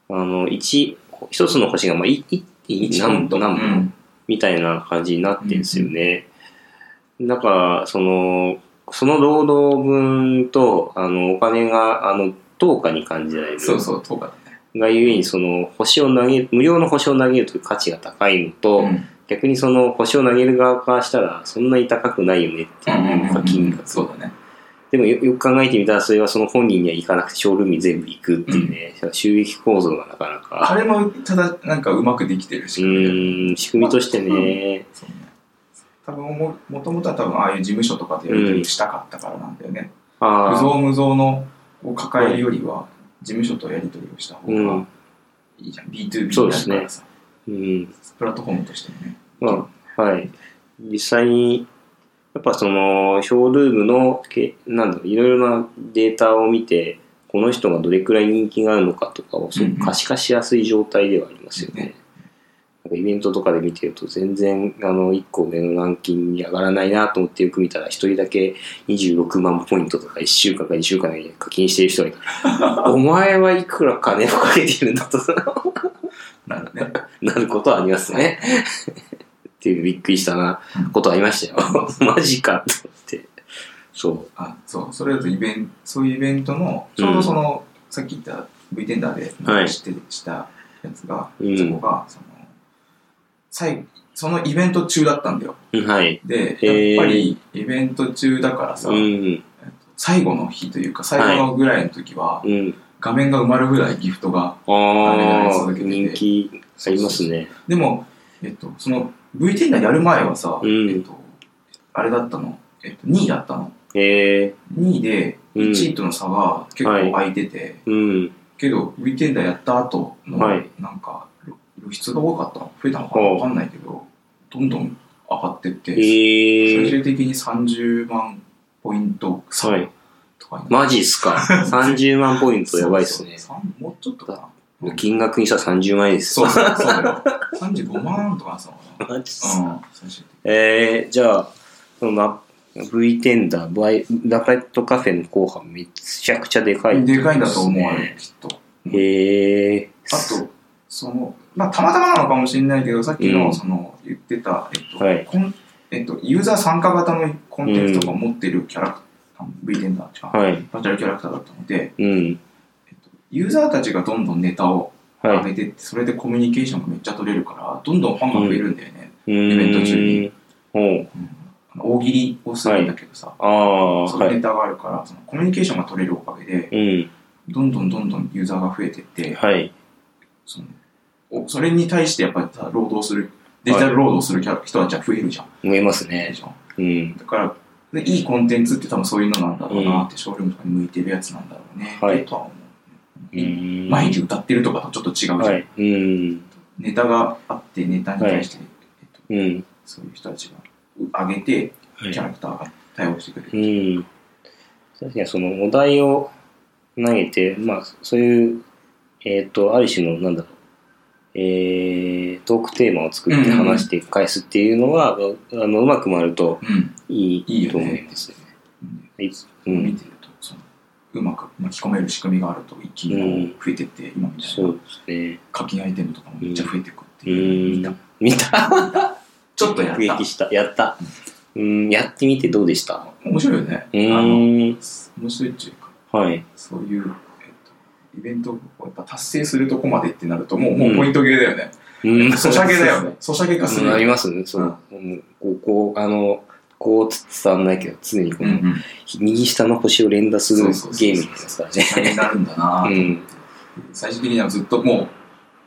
S1: あの、一、一つの星が、まあ、いいい何本何本みたいな感じになってるんですよね。だから、その、その労働分と、あの、お金が、あの、等価に感じられる。
S2: そうそう、とかだね。
S1: がゆえに、その、星を投げ、無料の星を投げるという価値が高いのと、
S2: うん
S1: 逆にその、星を投げる側からしたら、そんなに高くないよねっていう課金額。
S2: そうだね。
S1: でもよ、よく考えてみたら、それはその本人には行かなくて、ショールームに全部行くっていうね、収益構造がなかな
S2: あ
S1: か、
S2: れも、ただ、なんかうまくできてる
S1: う
S2: し、
S1: ーん、仕組みとしてね、
S2: そうね多分も、もともとは多分、ああいう事務所とかでやり取りしたかったからなんだよね。無
S1: ああ、
S2: 造無造のを抱えるよりは、事務所とやり取りをした方
S1: う
S2: が
S1: ん
S2: いいじゃん。B2B
S1: そう
S2: に
S1: で
S2: な
S1: す
S2: る
S1: ね
S2: からさ、
S1: うん。
S2: プラットフォームとしてね。
S1: まあ、はい。実際に、やっぱその、ショールームのけ、なんだろう、いろいろなデータを見て、この人がどれくらい人気があるのかとかをすご
S2: うんう
S1: く
S2: ん
S1: 可視化しやすい状態ではありますよね。なんかイベントとかで見てると全然あの1個上のランキングに上がらないなと思ってよく見たら1人だけ26万ポイントとか1週間か2週間で課金してる人がい たお前はいくら金をかけてるんだと
S2: なるね。
S1: なることはありますね。っていうびっくりしたなことありましたよ。マジかと思って。そ
S2: あそうそれだとイベントそういうイベントのちょうどその、さっき言った V テンダーで
S1: はい
S2: して、したやつが、
S1: うん
S2: そこがその最そのイベント中だったんだよ
S1: う。はい。へ
S2: で
S1: ー
S2: やっぱりイベント中だからさ、
S1: うん。
S2: えっと最後の日というか最後のぐらいの時は、
S1: うん。
S2: 画面が埋まるぐらいギフトが
S1: あ
S2: あ
S1: あ、
S2: れ
S1: 人気ありますね。
S2: でも、えっと、その V テンダーやる前はさ、
S1: うん
S2: えっと、あれだったの、えっと、2位だったの
S1: へえ
S2: 2位で
S1: うん
S2: 1位との差が結構空いてて、
S1: うん。
S2: けど、ウィーテンダーやった後の、
S1: はい
S2: なんか、露露出が多かったの増えたのかな
S1: ほう
S2: わかんないけど、どんどん上がってって、最
S1: へえ
S2: 終的に30万ポイント差
S1: はい。
S2: とかになっ
S1: マジっすか。30万 ポイン
S2: て
S1: トやばいっすね。
S2: そうそうさんもうちょっとかな。
S1: 金額にしたら30万円です。
S2: そうそうそうだよ。35万とかさ、うん、
S1: マジっすか
S2: 最終
S1: えー、じゃあ、そのラ V テンダー、バイラペットカフェの後半めちゃくちゃでかい
S2: 的
S1: って
S2: に。
S1: こですね、
S2: でかいんだと思う、あれ、きっと。うん
S1: へえ
S2: あと、その、まあ、たまたまなのかもしれないけど、さっきの、
S1: うん
S2: その、言ってた、えっと、
S1: はい
S2: コンえっと、ユーザー参加型のコンテンツとかを持っているキャラクター、V テンダーとか、
S1: はい。
S2: バーチャルキャラクターだったので、
S1: うん。
S2: えっと、ユーザーたちがどんどんネタを上
S1: は
S2: げてって、それでコミュニケーションがめっちゃ取れるから、どんどんファンが増えるんだよね。
S1: い。イ
S2: ベント中に。
S1: ほう。
S2: うんあの大喜利をするんだけどさ、
S1: ああ、
S2: その
S1: は
S2: ネ
S1: い。
S2: タがあるから、そのコミュニケーションが取れるおかげで、
S1: うん。
S2: どんどんどんどんユーザーが増えてって、
S1: はい。
S2: そのおそれに対してやっぱりさ労働するデジタル労働するキャラ人たちは増えるじゃん、
S1: 思いますね
S2: で。しょ
S1: うん。
S2: だからでいいコンテンツって多分そういうのなんだろうなって、ショールームとかに向いてるやつなんだろうね、
S1: はい
S2: とは思う、
S1: うん
S2: 毎日歌ってるとかとちょっと違うじゃん、
S1: はい。うん。
S2: ネタがあってネタに対して、えっと、
S1: うん。
S2: そういう人たちが上げて
S1: は
S2: キャ
S1: い。
S2: ラクターが対応してくれ
S1: う
S2: る、
S1: ん。確かにそのお題を投げて、まあ、そういう、えっ、と、ある種の、なんだろう、えー、トークテーマを作って話して返すっていうのは、あのうまく回ると
S2: うん。
S1: い
S2: いい
S1: い
S2: よ
S1: と
S2: ね
S1: 思います。
S2: うん
S1: はいうん
S2: 見てると、その、うまく巻き込める仕組みがあると一気にこう増えてって、今みたい
S1: そ
S2: な
S1: うですね。
S2: 課金アイテムとかもめっちゃ増えてくって
S1: う
S2: いう。見
S1: ん
S2: た。。
S1: 見た。
S2: ちょっとやっ
S1: 目
S2: た
S1: 撃。した。やった。うん、やってみてどうでした
S2: 面白いよね。
S1: う
S2: あの、
S1: ーん。
S2: 面白いっていうか、
S1: はい。
S2: そういう、えっと、イベントをやっぱ達成するとこまでってなると、もう、もうポイントゲーだよね。
S1: うん
S2: ソシャゲだよね。ソシャゲ化す
S1: う
S2: る
S1: ん、
S2: よ
S1: あり
S2: ね。
S1: ますね。そう。うんこう、こう、あの、こう伝わんないけど、常にこ
S2: うん
S1: の、
S2: うん。
S1: 右下の星を連打するゲ
S2: そうそうそうそう
S1: ームですから
S2: ソシャゲ
S1: ね。
S2: になるんだな
S1: うん。
S2: 最終的にはずっともう、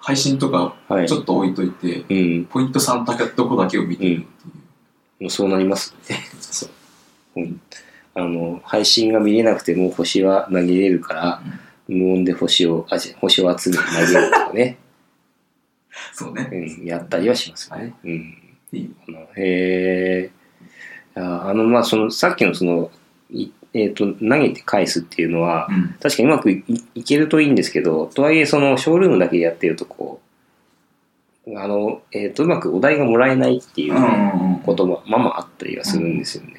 S2: 配信とか
S1: はい
S2: ち。ょっと置いといて、
S1: うん。
S2: ポイント3だけどこだけを見てるっていう。
S1: もうそうなります ね。そう。うん。あの、配信が見れなくても星は投げれるから、無音で星を、あ、違う星を集めて投げるとかね。
S2: そうね。
S1: うん。やったりはしますよ
S2: は
S1: ね。うん。
S2: いいよ
S1: あのへえ。ああの、まあ、その、さっきのその、いえっ、と、投げて返すっていうのは、
S2: うん。
S1: 確かにうまくいいけるといいんですけど、とはいえ、その、ショールームだけでやってると、こう、あの、えっ、と、うまくお題がもらえないっていううん
S2: うんうん
S1: ことも、まあまああったりはするんですよね。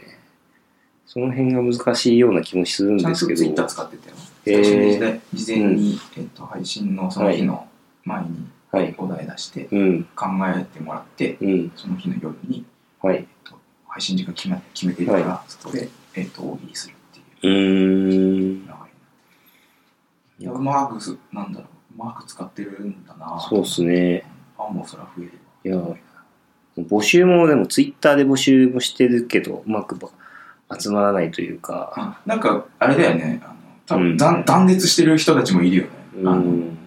S1: その辺が難しいような気もするん
S2: ちゃん
S1: で
S2: と
S1: す
S2: ツ
S1: けど。
S2: イッター使ってたよ。
S1: へ
S2: 最
S1: ー
S2: 初に事前事前に、えっと、配信のその日の前に
S1: はい。
S2: お題出して、
S1: うん、
S2: 考えてもらって、
S1: うん、
S2: その日の夜に
S1: はい。
S2: 配信時間決め決めてるから、
S1: は
S2: そこで、えっと、大喜利するってい
S1: ー
S2: う
S1: ん
S2: う流。れ。うまくす、なんだろう、うまく使ってるんだな
S1: そうっすね。
S2: ファンもそら増える
S1: いや、募集もでもツイッターで募集もしてるけど、うまくば集まらないというか、
S2: わ。なんか、あれだよね、あの多
S1: うん
S2: 分断断裂してる人たちもいるよね。
S1: う
S2: あの
S1: ん。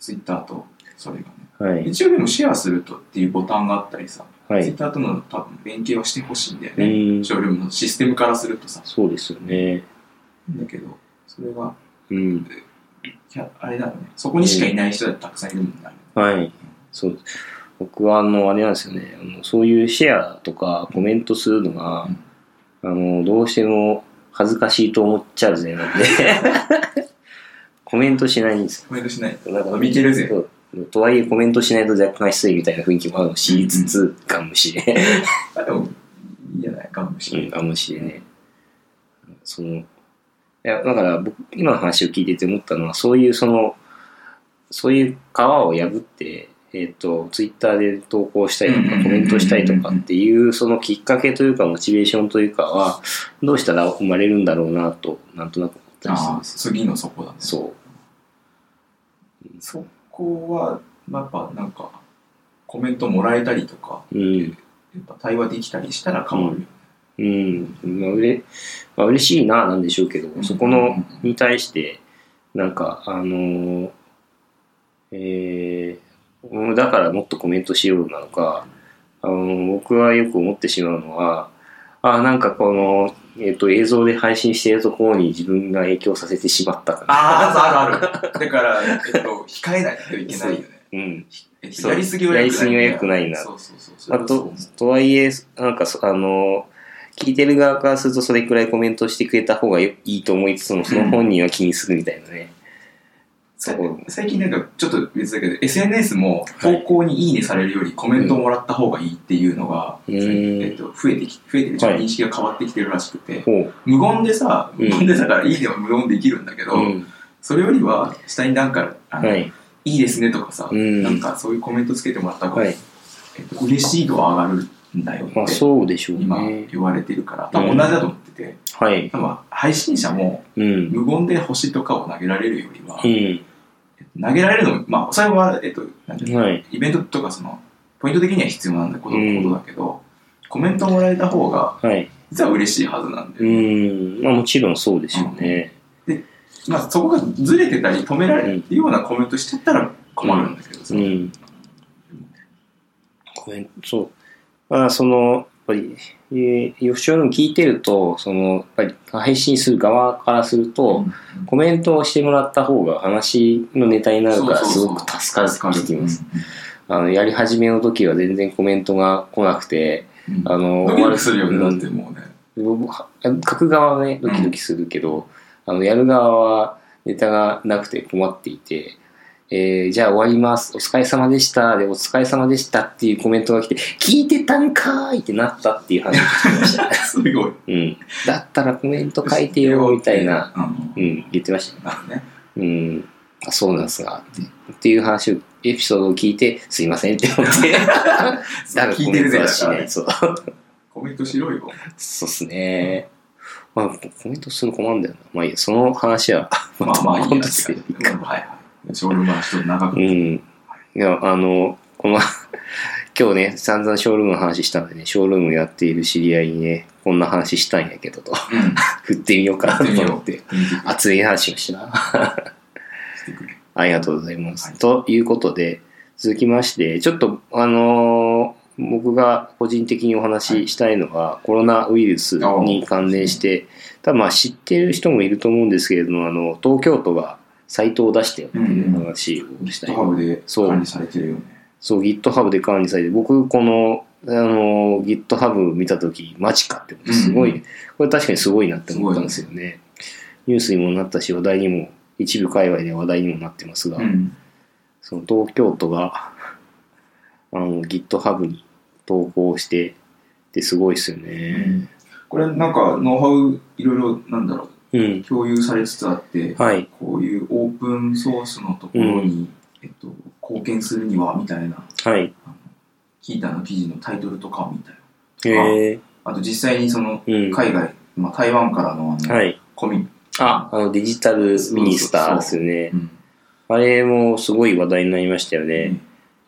S2: ツイッターと、それがね。
S1: はい。
S2: 一応でもシェアするとっていうボタンがあったりさ、
S1: は
S2: ツイ
S1: い
S2: ッ。ターとの多分連携はしてほしいんだよ
S1: う
S2: ね。
S1: ん。
S2: ショールームのシステムからするとさ。
S1: そうですよね。
S2: だけど、それは、
S1: うん。
S2: いやあれだよね。そこにしかいない人だってたくさんいるもんね。
S1: はい。そう。僕は、あの、あれなんですよね。あのそういうシェアとかコメントするのが、あの、どうしても恥ずかしいと思っちゃう ぜ、なんで。コメントしないんです
S2: コメントしない。
S1: よ。なんか
S2: 飲み切るぜ
S1: そうとはいえコメントしないと若干失礼みたいな雰囲気もあるし、つつ、ガムシで。
S2: あ、でも、いいじゃないかもし
S1: う
S2: れない。
S1: ん、かもしれね。その、いや、だから僕、今の話を聞いてて思ったのは、そういうその、そういう皮を破って、えっ、と、ツイッターで投稿したりと
S2: うんうんうんうん
S1: か、
S2: うん
S1: コメントしたりとかっていう、そのきっかけというか、モチベーションというかは、どうしたら生まれるんだろうなと、なんとなく思ったりする
S2: あ
S1: ん
S2: あ、
S1: です。
S2: 次のそこだね。
S1: そう。
S2: そこは、やっぱなんか、コメントもらえたりとか、
S1: うん。
S2: やっぱ対話できたりしたら変わるよね。
S1: うん。まあ、うれ、まあ、嬉しいな、なんでしょうけど、そこの、に対して、なんか、あのーえーうんだからもっとコメントしようなのか、あのー僕はよく思ってしまうのは、あーなんかこの、えっ、と、映像で配信しているところに自分が影響させてしまったか
S2: ああ、あるあるある。だから、えっと、控えないといけないよね。
S1: ら。うん。
S2: えっと
S1: そう
S2: やりすぎは良くない。
S1: やりすぎは良くないな
S2: そうそうそうそ
S1: あ
S2: れはそう思。
S1: と、とはいえ、なんかそ、あのー聞いてる側からするとそれくらいコメントしてくれた方がよいいと思いつつも、その本人は気にするみたいなね。そう
S2: 最近なんか、ちょっと別だけど、SNS も投稿にいいねされるよりコメントをもらった方がいいっていうのが、
S1: うん
S2: えっと、増えてき、増えてる、ちょっと
S1: はい
S2: 認識が変わってきてるらしくて、
S1: ほう。
S2: 無言でさ、無言でだからいいねは無言できるんだけど、
S1: うん。
S2: それよりは下になんか、あの、
S1: はいい。
S2: いですねとかさ、
S1: うん
S2: なんかそういうコメントつけてもらった方が、
S1: はい。
S2: えっと、嬉しい度は上がるんだよって
S1: まあ、そうでしょう
S2: 今
S1: ね。
S2: 言われてるから、多分同じだと思ってて、
S1: はい。
S2: 多分配信者も
S1: うん。
S2: 無言で星とかを投げられるよりは、
S1: う。
S2: 投げられるの、まあ、それは、えっと、なんていうん
S1: はい。
S2: のイベントとかその、ポイント的には必要なんだこと,、
S1: うん
S2: ことだけど、コメントもらえた方が、
S1: はい。
S2: 実は嬉しいはずなんで、
S1: うん。まあもちろんそうですよね。
S2: まあ、そこがずれてたり止められるようなコメントしてったら困るんだけどさ、
S1: うん。ごめん、そう。まあその、やっぱり、えー、吉尾の聞いてると、その、やっぱり配信する側からすると、コメントをしてもらった方が話のネタになるからすごく助かるって聞きます。あの、やり始めの時は全然コメントが来なくて、
S2: うん。うん
S1: あの、
S2: ドキドキするよね、
S1: う
S2: だ
S1: ん
S2: ってもうね。
S1: 僕は書く側はねドキドキするけど、あのやる側はネタがなくて困っていてえーじゃあ終わります。お疲れ様でした。で、お疲れ様でしたっていうコメントが来て、聞いてたんかーいってなったっていう 話を聞きました。
S2: すごい。
S1: うん。だったらコメント書いてよ、みたいな。。
S2: うん。
S1: うん、言ってました。
S2: なるほどね。
S1: うん。あ、そうなんすが。ってっていう話を、エピソードを聞いて、すいませんって思 って。だから
S2: 聞
S1: コ
S2: いて
S1: メ
S2: る
S1: ント
S2: ぜだ
S1: は
S2: か
S1: し
S2: ら
S1: な
S2: ね
S1: い。そう。
S2: コメントしろよ。
S1: そうっすね。まあ、コメントするの困るんだよな。まあいいや、その話は、
S2: まあまあいい
S1: 今
S2: や
S1: 度
S2: つ
S1: す
S2: が。
S1: る
S2: うんはいはい。ショールームはちょっと長
S1: う
S2: く。
S1: ん。いや、あの、この、 今日ね、散々ショールームの話したんでね、ショールームやっている知り合いにね、こんな話したんやけどと、 振ってみようかなと思って、
S2: うん。見て
S1: 熱い話をしたな。
S2: してくれ。
S1: ありがとうございます。
S2: はい
S1: ということで、続きまして、ちょっと、あのー僕が個人的にお話ししたいのは、コロナウイルスに関連して、多分まあ知ってる人もいると思うんですけれども、あの、東京都がサイトを出してよっていう話を
S2: ミ
S1: し
S2: ス
S1: たい
S2: トハブで管理されてるよね。
S1: そう、GitHub で管理されて、僕、この、あの、GitHub 見たとき、マジかって思って、すごい、
S2: うん
S1: これ確かにすごいなって思ったんですよね。ニュースにもなったし、話題にも、一部界隈で話題にもなってますが、
S2: うん。
S1: その東京都が、あの、GitHub に投稿して、ってすごいですよね。
S2: これなんかノウハウいろいろなんだろう
S1: うん。
S2: 共有されつつあって、
S1: はい。
S2: こういうオープンソースのところに、えっと、貢献するにはみたいな
S1: はい。
S2: あのキータの記事のタイトルとかを見たよ
S1: へえ。
S2: あと実際にその
S1: うん。
S2: 海外、まあ、台湾からのあの、
S1: はい。
S2: コミ
S1: あ、あの、デジタルミニスターですよね
S2: う。ん
S1: あれもすごい話題になりましたよね。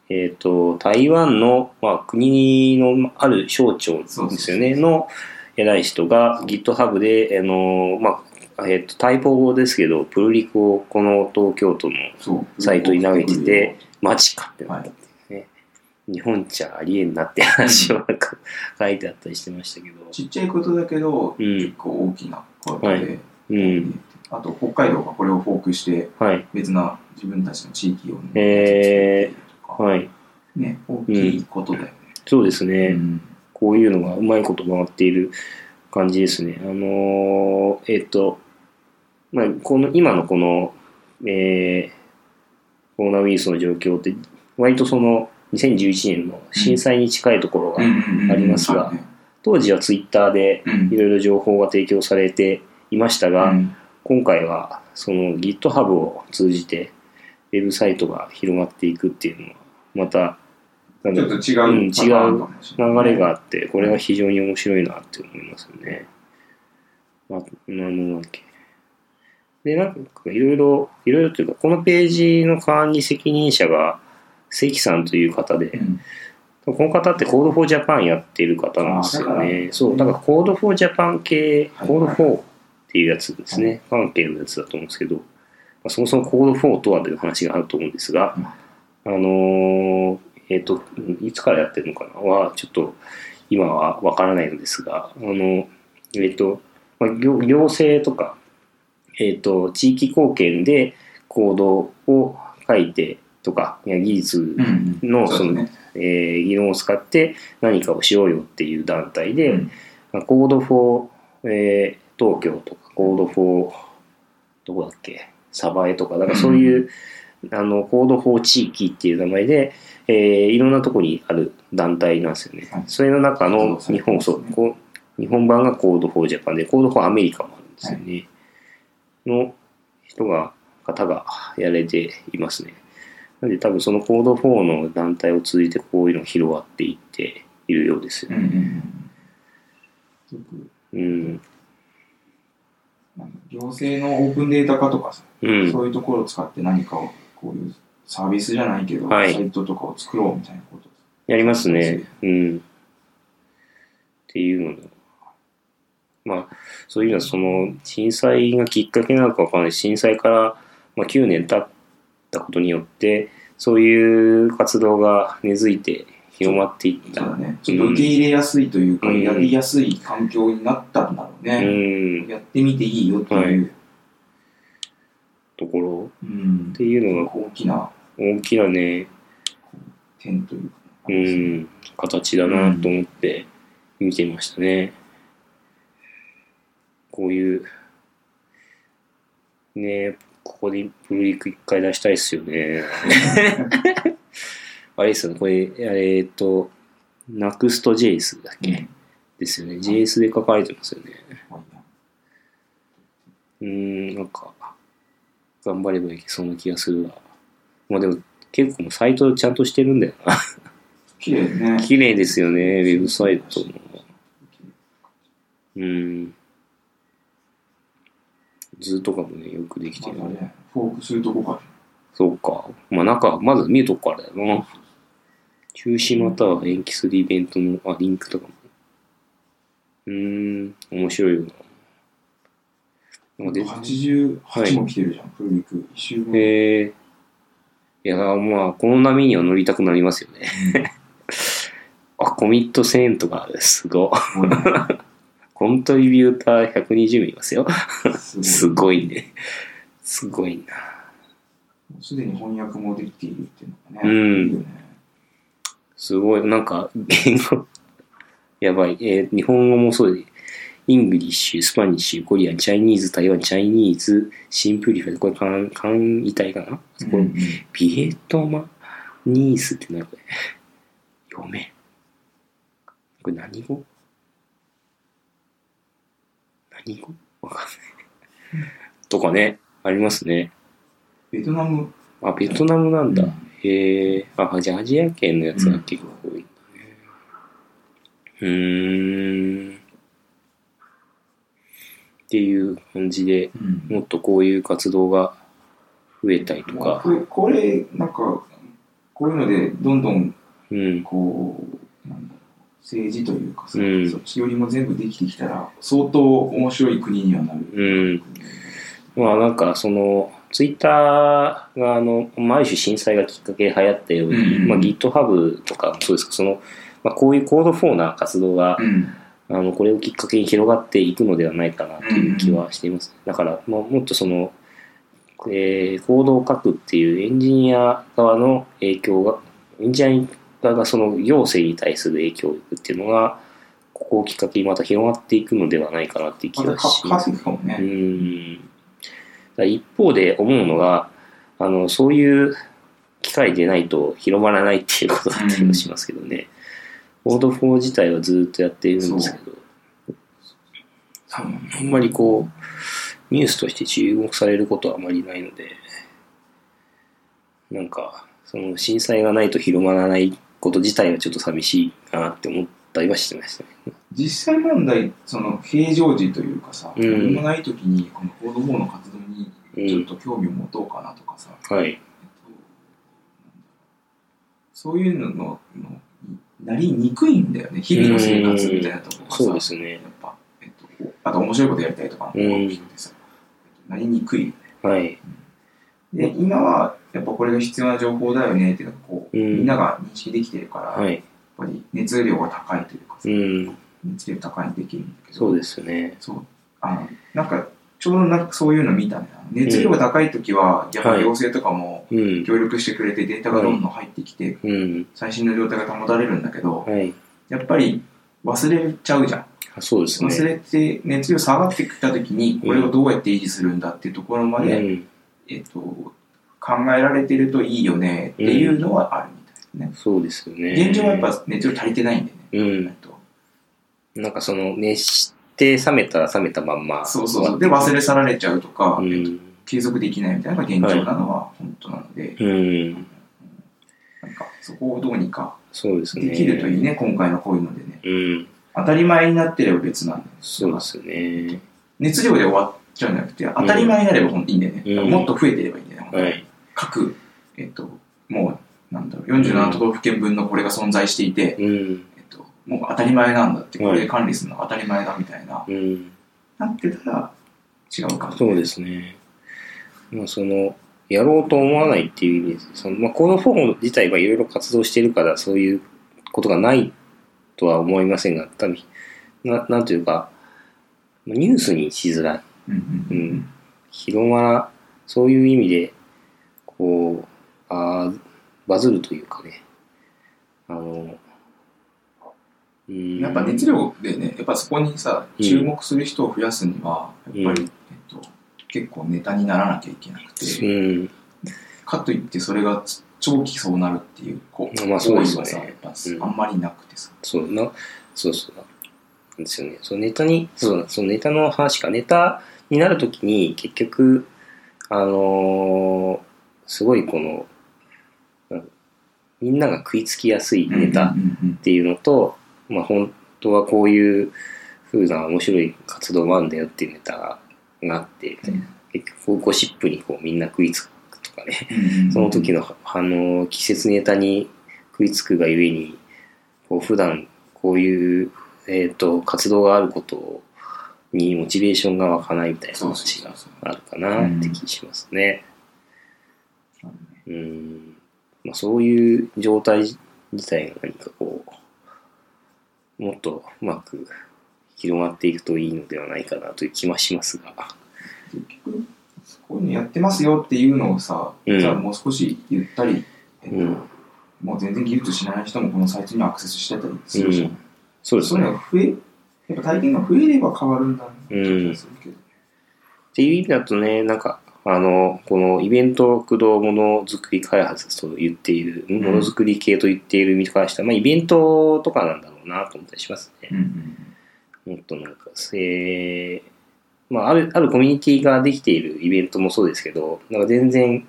S1: えっ、と、台湾の、まあ、国のある省庁ですよね、の偉い人が GitHub で、あのまあ、えっ、と、タイポ語ですけど、プルリクをこの東京都の
S2: そう
S1: サイトに投げてて、マジかってなっ
S2: はい
S1: たっていうね。日本じゃありえんなって話をなんか書いてあったりしてましたけど。
S2: ちっちゃいことだけど、
S1: うん
S2: 結構大きなことで、
S1: はいうん。
S2: あと北海道がこれをフォークして
S1: はい。
S2: 別な自分たちの地域をね
S1: へー
S2: 作っているとか
S1: はい。
S2: ね、大きいことだよね。
S1: そうですね。
S2: うん
S1: こういうのがうまいこと回っている感じですね。あのーえっ、と、まあ、この、今のこの、えーコロナウイルスの状況って、割とその、2011年の震災に近いところが、ありますが
S2: うんうん
S1: 当時はツイッターで
S2: うん
S1: いろいろ情報が提供されていましたが、
S2: うん
S1: 今回はその GitHub を通じて、ウェブサイトが広がっていくっていうのは、また、なん
S2: ち
S1: だ
S2: ょ
S1: ろ
S2: っ
S1: ううん
S2: と違う、
S1: 違う
S2: パターンかもしれない
S1: 流れがあって、これは非常に面白いなって思いますよね。まあ、なんだっけ。で、なんかいろいろ、いろいろというか、このページの管理責任者が、関さんという方
S2: う
S1: で、
S2: ん
S1: この方って Code for Japan やってる方なんですよ
S2: あだ
S1: ね。そう、だから Code for Japan 系、
S2: はい
S1: Code for っていうやつですね。関係のやつだと思うんですけど、まあそもそも Code for とはという話があると思うんですが、あのーえっ、と、いつからやってるのかなは、ちょっと今はわからないのですが、あの、えっ、と、まあ、行行政とか、えっ、と、地域貢献で行動を書いてとか、いや技術
S2: うんうん
S1: の
S2: そうだね
S1: えー技能を使って何かをしようよっていう団体で、
S2: うん
S1: まあコードフォー、えー東京とか、コードフォー、どこだっけ、サバエとか、だからそういう、あの、コードフォー地域っていう名前で、えーいろんなとこにある団体なんですよね。
S2: はい
S1: それの中の
S2: そうそう
S1: 日本、そ
S2: そう
S1: う
S2: ですね、
S1: こう日本版がコードフォージャパンで、コードフォーアメリカもあるんですよね。の人が、方がやれていますね。なんで多分そのコード4の団体を通じてこういうの広がっていっているようですよ
S2: う
S1: ね。
S2: んうんうんよく
S1: うん。
S2: あの行政のオープンデータ化とかさ、
S1: うん。
S2: そういうところを使って何かをこういうサービスじゃないけど、
S1: はい
S2: サイトとかを作ろうみたいなこと
S1: やりますね。うん。っていうので。まあ、そういうのはその、震災がきっかけなのかわかんない。震災から、まあ、9年経ったことによって、そういう活動が根付いて広まっていっ
S2: そうだ
S1: た。
S2: ねちょっと受け入れやすいというか、
S1: うん
S2: やりやすい環境になったんだろう
S1: う
S2: ね、
S1: ん。
S2: やってみていいよっていう、
S1: ところ
S2: うん
S1: っ、ていうのが
S2: 大きな
S1: 大きなね、
S2: 点というか、
S1: うん、形だなと思って見てましたね。こういう、ね、ここでブルーリク一回出したいですよね。あれですよね、これ、えーっと、NEXTJS だっけ、ですよね。JS で書かれてますよね。うーん、なんか、頑張ればいけそうな気がするわ。まあでも、結構もうサイトちゃんとしてるんだよな。
S2: 綺麗ね。
S1: 綺麗ですよね、ウェブサイトも。うん。図とかもね、よくできてる
S2: ま。だね、フォークするとこが
S1: そうか。まあ中、まず見るとこからだよな。中止または延期するイベントの、あ、リンクとかも。うーん、面白いよな。なんか
S2: 88も来てるじゃん、プルミク。一周分。
S1: へえ。いや、まあ、この波には乗りたくなりますよね。 あ、コミット1000とか、すごい。
S2: すごいね
S1: コントリビューター120人いますよ。
S2: す
S1: す
S2: ごい
S1: ごいね。すごいな。
S2: もうすでに翻訳もできているっていうのが
S1: う
S2: ね。
S1: ん
S2: いいよね。
S1: すごい、なんか、 言語、やばい。えー日本語もそうで、イングリッシュ、スパニッシュ、コリアン、チャイニーズ、台湾、チャイニーズ、シンプリファイド、これ簡、簡易体かな、これ
S2: うん
S1: ビエトマニースって何これ読め。これ何語何語わかんない。とかね、ありますね。
S2: ベトナム
S1: あ、ベトナムなんだ。
S2: うん
S1: へえ。あ、じゃあアジア圏のやつが結構多いんだね。うーん。っていう感じで、
S2: うん
S1: もっとこういう活動が増えたりと
S2: まあ
S1: か。
S2: これ、これなんか、こういうので、どんどん、
S1: うん。
S2: こう、なんだろう政治というかさ、
S1: うん
S2: そっちよりも全部できてきたら、相当面白い国にはなる。
S1: うんまあなんかそのツイッターがあの毎週震災がきっかけで流行ったように、
S2: うんうん
S1: まあ、GitHub とかもそうですけどその、まあ、こういうコードフォーな活動が、
S2: うん
S1: あのこれをきっかけに広がっていくのではないかなという気はしています、だから、まあ、もっとその、えーコードを書くっていうエンジニア側の影響がエンジニア側がその行政に対する影響力っていうのがここをきっかけにまた広がっていくのではないかなっていう気
S2: また
S1: が
S2: か
S1: します
S2: 稼ぐかも
S1: う
S2: ね。
S1: ん。だから一方で思うのが、あの、そういう機会でないと広まらないっていうことだったりもしますけどね。オード4自体はずっとやっているんですけど、
S2: 多分
S1: あんまりこう、ニュースとして注目されることはあまりないので、なんか、その震災がないと広まらないこと自体はちょっと寂しいかなって思ったりはしてましたね。
S2: 実際問題、その平常時というかさ、
S1: うん
S2: 何もない時に、この行動法の活動にちょっと興味を持とうかなとかさ、
S1: はい。
S2: えっとそういうのののなりにくいんだよね、日々の生活みたいなところがさ、
S1: そうですね
S2: や。っぱ、えっと、あと面白いことやりたいとかの方が大きくてさ、なりにくい。
S1: はい。
S2: で、今はやっぱこれが必要な情報だよねっていうのがこう、
S1: うん
S2: みんなが認識できてるから、
S1: は
S2: やっ
S1: い。
S2: ぱり熱量が高いというか
S1: う
S2: さ、
S1: ん。
S2: 熱量高いにできるんだけど、
S1: そうですよね。
S2: そう。あの、なんか、ちょうどなんかそういうの見たね。熱量が高い時は、やっぱり行政とかも
S1: うん。
S2: 協力してくれて、データがどんどん入ってきて、
S1: うん。
S2: 最新の状態が保たれるんだけど、
S1: はい。
S2: やっぱり忘れちゃうじゃん。
S1: あそうですね。
S2: 忘れて、熱量下がってきた時に、これをどうやって維持するんだっていうところまで、
S1: うん、
S2: えっと、考えられてるといいよねっていうのはあるみたいですね。
S1: そうですよね。
S2: 現状はやっぱ熱量足りてないんでね。
S1: う
S2: え
S1: ん
S2: っ。と
S1: なんかその、熱して冷めたら冷めたまんま。
S2: そうそうそう。で、忘れ去られちゃうとか、
S1: う
S2: えっと
S1: ん。
S2: 継続できないみたいなのが現状なのは本当なので、
S1: うん。
S2: なんかそこをどうにか
S1: そうですね。
S2: できるといいね、今回のこういうのでね。
S1: うん。
S2: 当たり前になってれば別なんだよね
S1: そうですよね。
S2: 熱量で終わっちゃうんじゃなくて、当たり前になればほんといいんだよね。
S1: うん
S2: もっと増えてればいいんだよね。本当に
S1: はい。
S2: 各、えっと、もう、なんだろう、47都道府県分のこれが存在していて、
S1: うん。
S2: えっと、もう当たり前なんだって、
S1: はい
S2: これで管理するのが当たり前だみたいな、
S1: うん。
S2: なってたら違うか。
S1: そうですすね。まあ、その、やろうと思わないっていう意味です。その、まあ、このフォーム自体はいろいろ活動してるから、そういうことがないとは思いませんが、多分、ななんというか、ニュースにしづらい。
S2: うんうんうん
S1: 広まら、そういう意味で、こう、あーバズるというかね、あの、うん
S2: やっぱ熱量でね、やっぱそこにさ、
S1: うん
S2: 注目する人を増やすには、やっぱり、
S1: うん
S2: えっと、結構ネタにならなきゃいけなく
S1: う
S2: て、
S1: ん。
S2: かといってそれがつ長期そうなるっていう、こう、
S1: まあそうですよ
S2: 行為
S1: ね
S2: はさやっぱ
S1: うん
S2: あんまりなくてさ。
S1: そうな、そうそう。なんですよね。そのネタに、そうだ、そのネタの話か、ネタになるときに、結局、あのーすごいこの、うんみんなが食いつきやすいネタ
S2: うんうんうん
S1: っていうのと、まあ、本当はこういう風な面白い活動もあるんだよっていうネタががあって、
S2: うん
S1: 結局ゴシップにこうみんな食いつくとかね、
S2: うんうん
S1: その時のあの季節ネタに食いつくがゆえに、こう普段こういう、えー、と活動があることにモチベーションが湧かないみたいな
S2: そうそ
S1: 話
S2: うそう
S1: が
S2: そう
S1: あるかなって気しますね。
S2: そうね
S1: うんまあ、そういう状態自体が何かこう、もっとうまく広がっていくといいのではないかなという気はしますが。
S2: 結局、こういうのやってますよっていうのをさ、
S1: うん
S2: じゃあもう少しゆったり、えっと
S1: うん
S2: もう全然技術知らない人もこのサイトにアクセスしてたりするじゃん。
S1: うんそうです
S2: そういうの
S1: ね。
S2: が増え、やっぱ体験が増えれば変わるんだろうなって気がするけど。
S1: っていう意味だとね、なんか、あの、このイベント駆動ものづくり開発と言っている、
S2: ん
S1: ものづくり系と言っている身からしたら、まあイベントとかなんだろうなと思ったりしますね。もっとなんか、えーまあ、ある、あるコミュニティができているイベントもそうですけど、なんか全然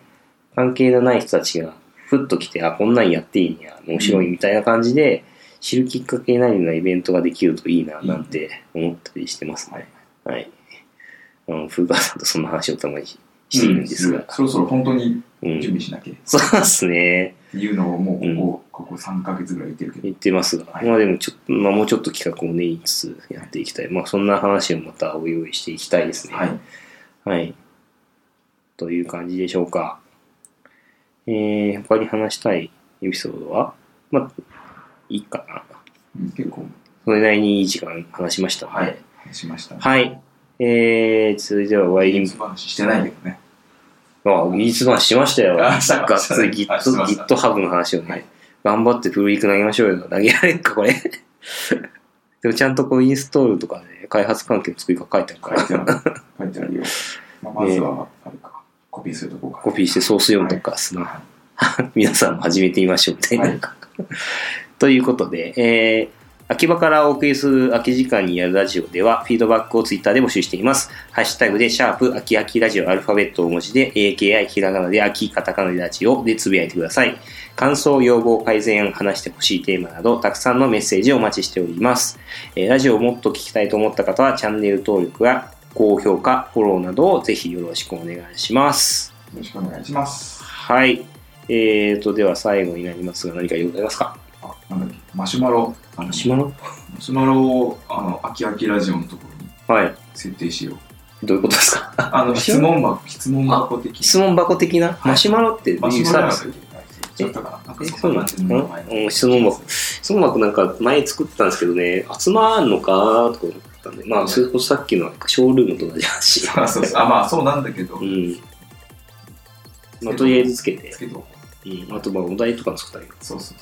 S1: 関係のない人たちが、ふっと来て、あ、こんなんやっていいんや、面白いみたいな感じで、知るきっかけになるようなイベントができるといいな、なんて思ったりしてますね。はい。あの、風川さんとそんな話をたまにししているんです
S2: うん
S1: が。
S2: そろそろ本当に
S1: うん。
S2: 準備しなきゃって
S1: そうですね。
S2: いうのをもうここ,、ここ3ヶ月ぐらい言ってるけど、
S1: 言ってますが、
S2: はい
S1: まあでもちょっと、まあもうちょっと企画を練りつつやっていきたい。まあそんな話をまたお用意していきたいですね。
S2: はい。
S1: はい。という感じでしょうか。えー、他に話したいエピソードはまあ、いいかな。
S2: うん結構、
S1: それなりにいい時間話しましたの
S2: は
S1: で。
S2: い、話しました。
S1: はい。えー、続いてはワイリン
S2: 技術話してないけどね。
S1: あ、技術話しましたよ。
S2: あした
S1: がっつり
S2: しました
S1: Git- GitHub の話をね、
S2: はい
S1: 頑張ってフルリーク投げましょうよ。投げられるか、これ。 でもちゃんとこうインストールとかね、開発環境の作り方書いてあるか
S2: 書
S1: ら、
S2: いてある。書いてあるよ。まあ、まずは、あれか、コピーするとこうか。
S1: コピーしてソース読むとかすな。 皆さんも始めてみましょうみたいな。
S2: はい
S1: ということで、えー秋葉からお送りする空き時間にやるラジオでは、フィードバックをツイッターで募集しています。ハッシュタグで、シャープ、秋秋ラジオ、アルファベット大文字で、AKI、ひらがなで、秋、カタカナでラジオでつぶやいてください。感想、要望、改善、話してほしいテーマなど、たくさんのメッセージをお待ちしております。えーラジオをもっと聞きたいと思った方は、チャンネル登録や高評価、フォローなどをぜひよろしくお願いします。
S2: よろしくお願いします。
S1: はい。えーと、では最後になりますが、何かございますか
S2: あ、なんだっけ、マシュマロ。あのマ
S1: マシュマロ
S2: シュマロを、あの、秋秋ラジオのところに
S1: はい。
S2: 設定しよう。
S1: どういうことですか
S2: あの、質問箱、質問箱的
S1: 質問箱的なマシュマロって
S2: マシ
S1: いう
S2: ュマ
S1: サー
S2: ロ
S1: ビ
S2: だった
S1: ス
S2: っけ違ったかななん
S1: え、
S2: か
S1: そ
S2: そん
S1: うな
S2: なん感
S1: ですか
S2: じの名前
S1: うん質問箱。質問箱なんか前作ってたんですけどね、集まんのかとか思ったんで、まあ、それこそさっきのなんかショールームと同じ 話。
S2: そうそうそう。あ、まあそうなんだけど
S1: う。ん。まあ、とりあえずつけて
S2: つ、けとこう
S1: うん、あと、まあ、お題とかも作ったり。
S2: そうそう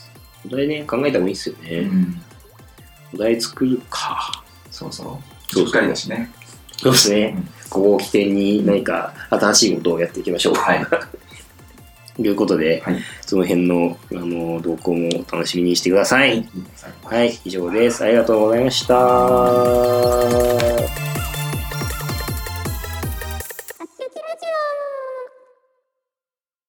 S1: お題ね、考えた方がいいですよ
S2: そう。う
S1: ね。
S2: ん。
S1: お題作るか。
S2: そうそう。
S1: そうそう
S2: しっかりだしね。
S1: そうですね。
S2: うん
S1: ここを起点に何か新しいことをやっていきましょう。
S2: はい。
S1: ということで、
S2: はい
S1: その辺のあの動向もお楽しみにしてください。
S2: はい
S1: はい、以上です。ありがとうございました。